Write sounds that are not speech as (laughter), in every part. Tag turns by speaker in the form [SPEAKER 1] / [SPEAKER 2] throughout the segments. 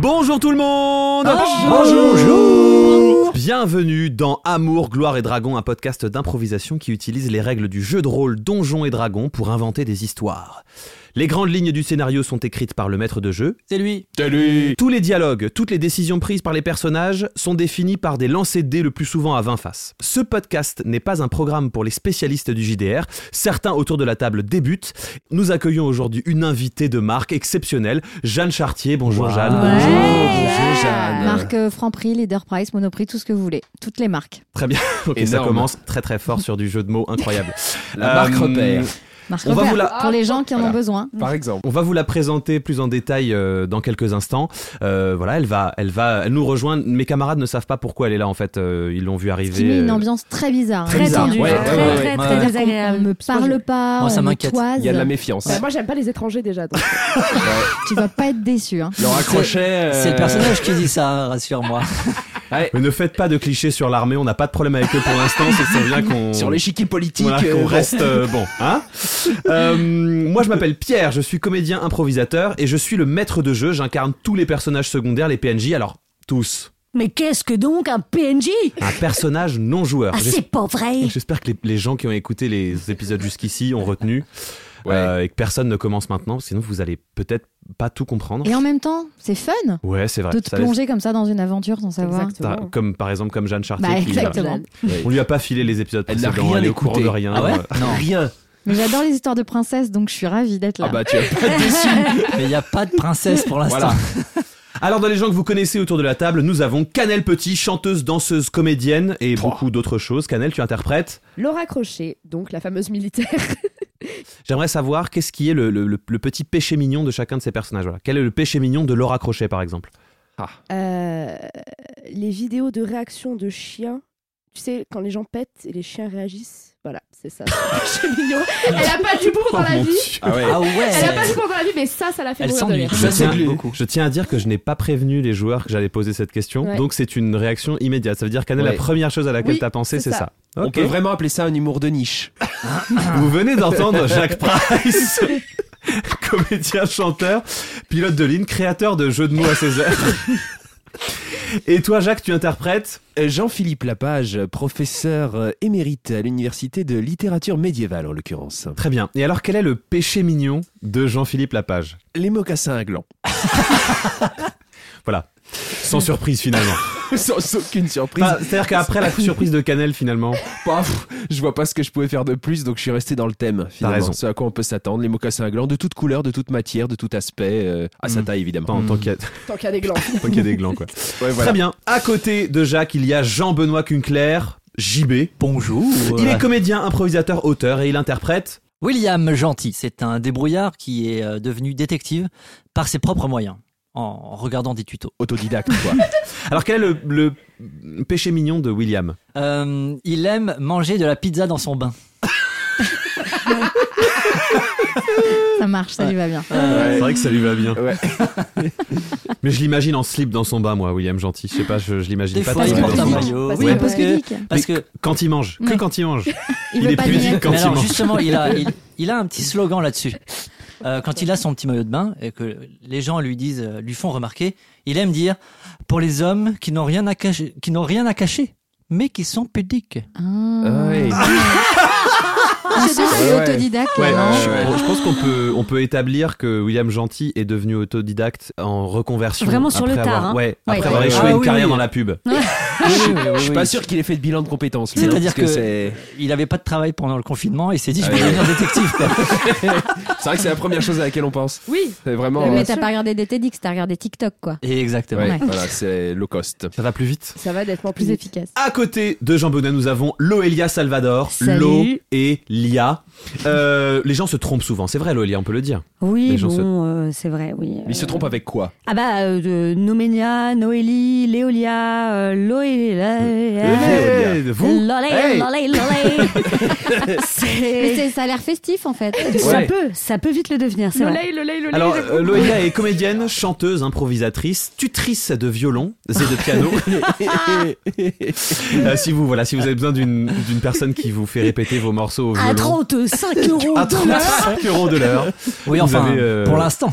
[SPEAKER 1] Bonjour tout le monde
[SPEAKER 2] Bonjour.
[SPEAKER 1] Bienvenue dans Amour, Gloire et Dragon, un podcast d'improvisation qui utilise les règles du jeu de rôle Donjons et Dragons pour inventer des histoires. Les grandes lignes du scénario sont écrites par le maître de jeu.
[SPEAKER 2] C'est lui.
[SPEAKER 1] Tous les dialogues, toutes les décisions prises par les personnages sont définies par des lancers de dés le plus souvent à 20 faces. Ce podcast n'est pas un programme pour les spécialistes du JDR. Certains autour de la table débutent. Nous accueillons aujourd'hui une invitée de marque exceptionnelle, Jeanne Chartier. Bonjour
[SPEAKER 3] Wow.
[SPEAKER 1] Jeanne.
[SPEAKER 4] Ouais.
[SPEAKER 2] Bonjour, Jeanne.
[SPEAKER 4] Marque euh, Franprix, Leader Price, Monoprix, tout ce que vous voulez. Toutes les marques.
[SPEAKER 1] Très bien.
[SPEAKER 2] (laughs)
[SPEAKER 1] Ok, ça
[SPEAKER 2] Énorme.
[SPEAKER 1] commence très très fort sur du jeu de mots incroyable.
[SPEAKER 2] (laughs)
[SPEAKER 1] Euh,
[SPEAKER 2] La marque repère.
[SPEAKER 4] Marque
[SPEAKER 1] On va
[SPEAKER 4] repère,
[SPEAKER 1] vous la-
[SPEAKER 4] pour les gens qui en
[SPEAKER 2] Voilà.
[SPEAKER 4] ont besoin.
[SPEAKER 2] Par exemple.
[SPEAKER 1] On va vous la présenter plus en détail euh, dans quelques instants. Euh, voilà, elle va, elle va, elle nous rejoindre. Mes camarades ne savent pas pourquoi elle est là en fait. Euh, ils l'ont vu
[SPEAKER 4] Ce
[SPEAKER 1] arriver.
[SPEAKER 4] qui met une
[SPEAKER 1] euh,
[SPEAKER 4] ambiance très bizarre.
[SPEAKER 1] Très
[SPEAKER 4] hein.
[SPEAKER 1] bizarre.
[SPEAKER 4] tendue.
[SPEAKER 2] Ouais,
[SPEAKER 4] Très,
[SPEAKER 2] ouais, ouais,
[SPEAKER 4] très,
[SPEAKER 2] ouais.
[SPEAKER 4] très
[SPEAKER 2] Ouais.
[SPEAKER 4] agréable. On me parle pas,
[SPEAKER 2] Moi, ça
[SPEAKER 4] on me
[SPEAKER 2] m'inquiète.
[SPEAKER 4] toise.
[SPEAKER 2] Il y a de la méfiance.
[SPEAKER 5] Bah, moi, j'aime pas les étrangers déjà. donc.
[SPEAKER 4] Tu vas pas être déçu. hein.
[SPEAKER 2] Leur
[SPEAKER 6] crochet.
[SPEAKER 2] accrochet.
[SPEAKER 6] C'est le personnage qui dit ça, rassure-moi.
[SPEAKER 1] Mais ne faites pas de clichés sur l'armée. On n'a pas de problème avec eux pour l'instant. C'est que c'est bien
[SPEAKER 2] (laughs)
[SPEAKER 1] qu'on
[SPEAKER 2] Sur l'échiquier politique.
[SPEAKER 1] Voilà,
[SPEAKER 2] euh,
[SPEAKER 1] qu'on
[SPEAKER 2] bon.
[SPEAKER 1] reste euh, bon, hein Euh, Moi, je m'appelle Pierre, je suis comédien improvisateur et je suis le maître de jeu. J'incarne tous les personnages secondaires, les PNJ. Alors tous.
[SPEAKER 7] Mais qu'est-ce que donc un PNJ
[SPEAKER 1] Un personnage non joueur.
[SPEAKER 7] Ah,
[SPEAKER 1] J'espère-
[SPEAKER 7] c'est pas vrai
[SPEAKER 1] Et J'espère que les, les gens qui ont écouté les épisodes jusqu'ici ont retenu
[SPEAKER 2] Ouais.
[SPEAKER 1] euh, et que personne ne commence maintenant, sinon vous allez peut-être pas tout comprendre.
[SPEAKER 4] Et en même temps, c'est fun
[SPEAKER 1] Ouais, c'est vrai.
[SPEAKER 4] de te
[SPEAKER 1] Ça laisse-
[SPEAKER 4] plonger comme ça dans une aventure sans savoir.
[SPEAKER 1] ça-
[SPEAKER 5] Exactement.
[SPEAKER 1] comme par exemple comme Jeanne Chartier.
[SPEAKER 4] Bah,
[SPEAKER 1] qui- euh,
[SPEAKER 4] exactement.
[SPEAKER 1] On lui a pas filé les épisodes
[SPEAKER 2] Elle n'a
[SPEAKER 1] précédents,
[SPEAKER 2] rien
[SPEAKER 1] elle est au courant
[SPEAKER 2] écouté.
[SPEAKER 1] de rien.
[SPEAKER 6] Ah ouais
[SPEAKER 1] Euh,
[SPEAKER 6] Non.
[SPEAKER 2] Rien.
[SPEAKER 4] Mais j'adore les histoires de princesses, donc je suis ravie d'être là.
[SPEAKER 2] Ah bah, tu as pas déçu.
[SPEAKER 6] Mais il n'y a pas de princesse pour l'instant.
[SPEAKER 2] Voilà.
[SPEAKER 1] Alors dans les gens que vous connaissez autour de la table, nous avons Canel Petit, chanteuse, danseuse, comédienne et beaucoup d'autres choses. Canel, tu interprètes.
[SPEAKER 5] Laura Crochet, donc la fameuse militaire. (laughs)
[SPEAKER 1] J'aimerais savoir qu'est-ce qui est le, le- le- le petit péché mignon de chacun de ces personnages. Voilà. Quel est le péché mignon de Laura Crochet par exemple
[SPEAKER 5] Euh, les vidéos de réaction de chiens. Tu sais, quand les gens pètent et les chiens réagissent. Voilà, c'est ça. C'est mignon. Elle a pas d'humour dans la
[SPEAKER 1] Mon
[SPEAKER 5] vie.
[SPEAKER 1] Dieu.
[SPEAKER 2] Ah ouais.
[SPEAKER 6] Ah ouais
[SPEAKER 5] Elle a pas d'humour dans la vie, mais ça, ça la fait
[SPEAKER 6] Elle
[SPEAKER 5] mourir de
[SPEAKER 6] s'ennuie.
[SPEAKER 5] rire.
[SPEAKER 1] Je
[SPEAKER 6] Ça,
[SPEAKER 1] tiens,
[SPEAKER 6] c'est
[SPEAKER 1] beaucoup. je tiens à dire que je n'ai pas prévenu les joueurs que j'allais poser cette question,
[SPEAKER 5] Ouais.
[SPEAKER 1] donc c'est une réaction immédiate. Ça veut dire qu'Anna, la
[SPEAKER 2] Ouais.
[SPEAKER 1] première chose à laquelle
[SPEAKER 5] Oui,
[SPEAKER 1] tu as pensé, c'est
[SPEAKER 5] c'est
[SPEAKER 1] ça.
[SPEAKER 5] ça.
[SPEAKER 2] On
[SPEAKER 1] Ok.
[SPEAKER 2] peut vraiment appeler ça un humour de niche.
[SPEAKER 1] Vous venez
[SPEAKER 2] (laughs)
[SPEAKER 1] d'entendre Jacques Price, (laughs) comédien, chanteur, pilote de ligne, créateur de jeux de mots à 16 heures. Et toi, Jacques, tu interprètes
[SPEAKER 2] Euh, Jean-Philippe Lapage, professeur euh, émérite à l'université de littérature médiévale en l'occurrence.
[SPEAKER 1] Très bien. Et alors, quel est le péché mignon de Jean-Philippe Lapage
[SPEAKER 2] Les mocassins
[SPEAKER 3] (laughs)
[SPEAKER 2] à gland.
[SPEAKER 1] Voilà. Sans surprise, finalement.
[SPEAKER 2] Sans aucune surprise.
[SPEAKER 1] Enfin, C'est-à-dire qu'après la surprise de Canel, finalement.
[SPEAKER 2] Paf, je vois pas ce que je pouvais faire de plus, donc je suis resté dans le thème. Finalement,
[SPEAKER 1] raison.
[SPEAKER 2] ce à quoi on peut s'attendre, les mocassins à gland, de toute couleur, de toute matière, de tout aspect, euh, à sa
[SPEAKER 6] Mm.
[SPEAKER 2] taille évidemment.
[SPEAKER 1] Enfin, en tant qu'il y a-
[SPEAKER 5] Tant qu'il y a des glands.
[SPEAKER 1] tant qu'il y a des glands, quoi.
[SPEAKER 2] Ouais, voilà.
[SPEAKER 1] Très bien. À côté de Jacques, il y a Jean-Benoît Kunkler, JB.
[SPEAKER 6] Bonjour.
[SPEAKER 1] Il est comédien, improvisateur, auteur et il interprète.
[SPEAKER 6] William Gentil, c'est un débrouillard qui est euh, devenu détective par ses propres moyens, en regardant des tutos.
[SPEAKER 2] Autodidacte
[SPEAKER 6] (laughs)
[SPEAKER 2] quoi.
[SPEAKER 1] Alors quel est le, le péché mignon de William
[SPEAKER 6] Euh, il aime manger de la pizza dans son bain.
[SPEAKER 4] Ça marche, ça lui va
[SPEAKER 6] Ah,
[SPEAKER 4] bien.
[SPEAKER 6] Euh,
[SPEAKER 1] C'est vrai que ça lui va bien.
[SPEAKER 2] Ouais.
[SPEAKER 1] (laughs) Mais je l'imagine en slip dans son bain, moi, William Gentil. Je sais pas, je, je l'imagine
[SPEAKER 6] Des
[SPEAKER 1] pas.
[SPEAKER 6] fois,
[SPEAKER 1] tout
[SPEAKER 6] il
[SPEAKER 1] le temps
[SPEAKER 6] porte un
[SPEAKER 1] dans son bain.
[SPEAKER 6] maillot.
[SPEAKER 5] Parce
[SPEAKER 6] Oui,
[SPEAKER 5] que-
[SPEAKER 6] parce que...
[SPEAKER 4] pudique.
[SPEAKER 6] Parce que
[SPEAKER 1] Quand il mange, que
[SPEAKER 4] Ouais.
[SPEAKER 1] quand il mange.
[SPEAKER 4] Il,
[SPEAKER 1] Il
[SPEAKER 4] veut
[SPEAKER 1] est
[SPEAKER 4] pas de
[SPEAKER 1] pudique
[SPEAKER 4] lunettes.
[SPEAKER 1] quand
[SPEAKER 6] Mais alors
[SPEAKER 1] il mange.
[SPEAKER 6] justement, il a, il, il a un petit slogan là-dessus. Euh, quand il a son petit maillot de bain et que les gens lui disent, euh, lui font remarquer, il aime dire pour les hommes qui n'ont rien à cacher, qui n'ont rien à cacher, mais qui sont pudiques.
[SPEAKER 4] Ah.
[SPEAKER 2] Ouais.
[SPEAKER 4] Ah, C'est déjà
[SPEAKER 2] Ouais, ouais.
[SPEAKER 4] autodidacte.
[SPEAKER 1] Ouais,
[SPEAKER 4] non
[SPEAKER 1] je, je pense qu'on peut, on peut établir que William Gentil est devenu autodidacte en reconversion.
[SPEAKER 7] Vraiment sur
[SPEAKER 1] après
[SPEAKER 7] le tard,
[SPEAKER 1] avoir-
[SPEAKER 7] hein.
[SPEAKER 1] ouais, après
[SPEAKER 4] Ouais.
[SPEAKER 1] avoir
[SPEAKER 2] Ah
[SPEAKER 1] échoué une
[SPEAKER 6] oui,
[SPEAKER 1] carrière
[SPEAKER 6] oui.
[SPEAKER 1] dans la pub.
[SPEAKER 2] Je suis pas sûr qu'il ait fait de bilan de compétences. lui,
[SPEAKER 6] C'est-à-dire
[SPEAKER 2] hein, parce
[SPEAKER 6] que-
[SPEAKER 2] c'est
[SPEAKER 6] Il avait pas de travail pendant le confinement, il s'est
[SPEAKER 1] Ah
[SPEAKER 6] dit je vais
[SPEAKER 2] Ouais.
[SPEAKER 6] devenir détective.
[SPEAKER 1] (laughs)
[SPEAKER 6] quoi.
[SPEAKER 2] c'est vrai que c'est la première chose à laquelle on pense.
[SPEAKER 5] Oui,
[SPEAKER 2] C'est vraiment.
[SPEAKER 4] Mais t'as pas regardé des TEDx, t'as regardé TikTok, quoi.
[SPEAKER 6] Et exactement.
[SPEAKER 2] Ouais,
[SPEAKER 4] Ouais.
[SPEAKER 2] voilà, c'est low cost.
[SPEAKER 1] Ça va plus vite.
[SPEAKER 5] ça va nettement plus
[SPEAKER 4] Plus
[SPEAKER 5] efficace.
[SPEAKER 4] efficace.
[SPEAKER 1] À côté de Jean Bonnet, nous avons Loelia Salvador.
[SPEAKER 4] Salut.
[SPEAKER 1] Loelia. Euh, les gens se trompent souvent, c'est vrai, Loelia, on peut le dire. Les
[SPEAKER 7] Oui,
[SPEAKER 1] gens
[SPEAKER 7] bon,
[SPEAKER 1] se-
[SPEAKER 7] euh, c'est vrai, oui.
[SPEAKER 2] Il se trompe avec quoi
[SPEAKER 7] Ah bah, euh, de Noménia, Noélie, Léolia, euh, Loélia...
[SPEAKER 1] Eh, vous
[SPEAKER 7] Lolé,
[SPEAKER 1] Hey.
[SPEAKER 7] lolé, lolé.
[SPEAKER 1] (laughs)
[SPEAKER 4] Mais
[SPEAKER 7] C'est-
[SPEAKER 4] c'est- ça a l'air festif, en fait.
[SPEAKER 7] Ça
[SPEAKER 2] Ouais.
[SPEAKER 7] peut, ça peut vite le devenir, c'est
[SPEAKER 5] Le
[SPEAKER 7] vrai.
[SPEAKER 5] lait, le lait, le lait,
[SPEAKER 1] Alors,
[SPEAKER 5] le-
[SPEAKER 1] euh, Loelia est comédienne, chanteuse, improvisatrice, tutrice de violon et de
[SPEAKER 2] (laughs)
[SPEAKER 1] piano. Euh, si, vous, voilà, si vous avez besoin d'une d'une personne qui vous fait répéter vos morceaux au violon.
[SPEAKER 7] À 35
[SPEAKER 1] (laughs)
[SPEAKER 7] euros
[SPEAKER 1] à
[SPEAKER 7] de l'heure,
[SPEAKER 1] 35 euros de l'heure.
[SPEAKER 2] (laughs)
[SPEAKER 6] Oui,
[SPEAKER 1] Vous
[SPEAKER 6] enfin,
[SPEAKER 1] avez, euh,
[SPEAKER 6] pour l'instant.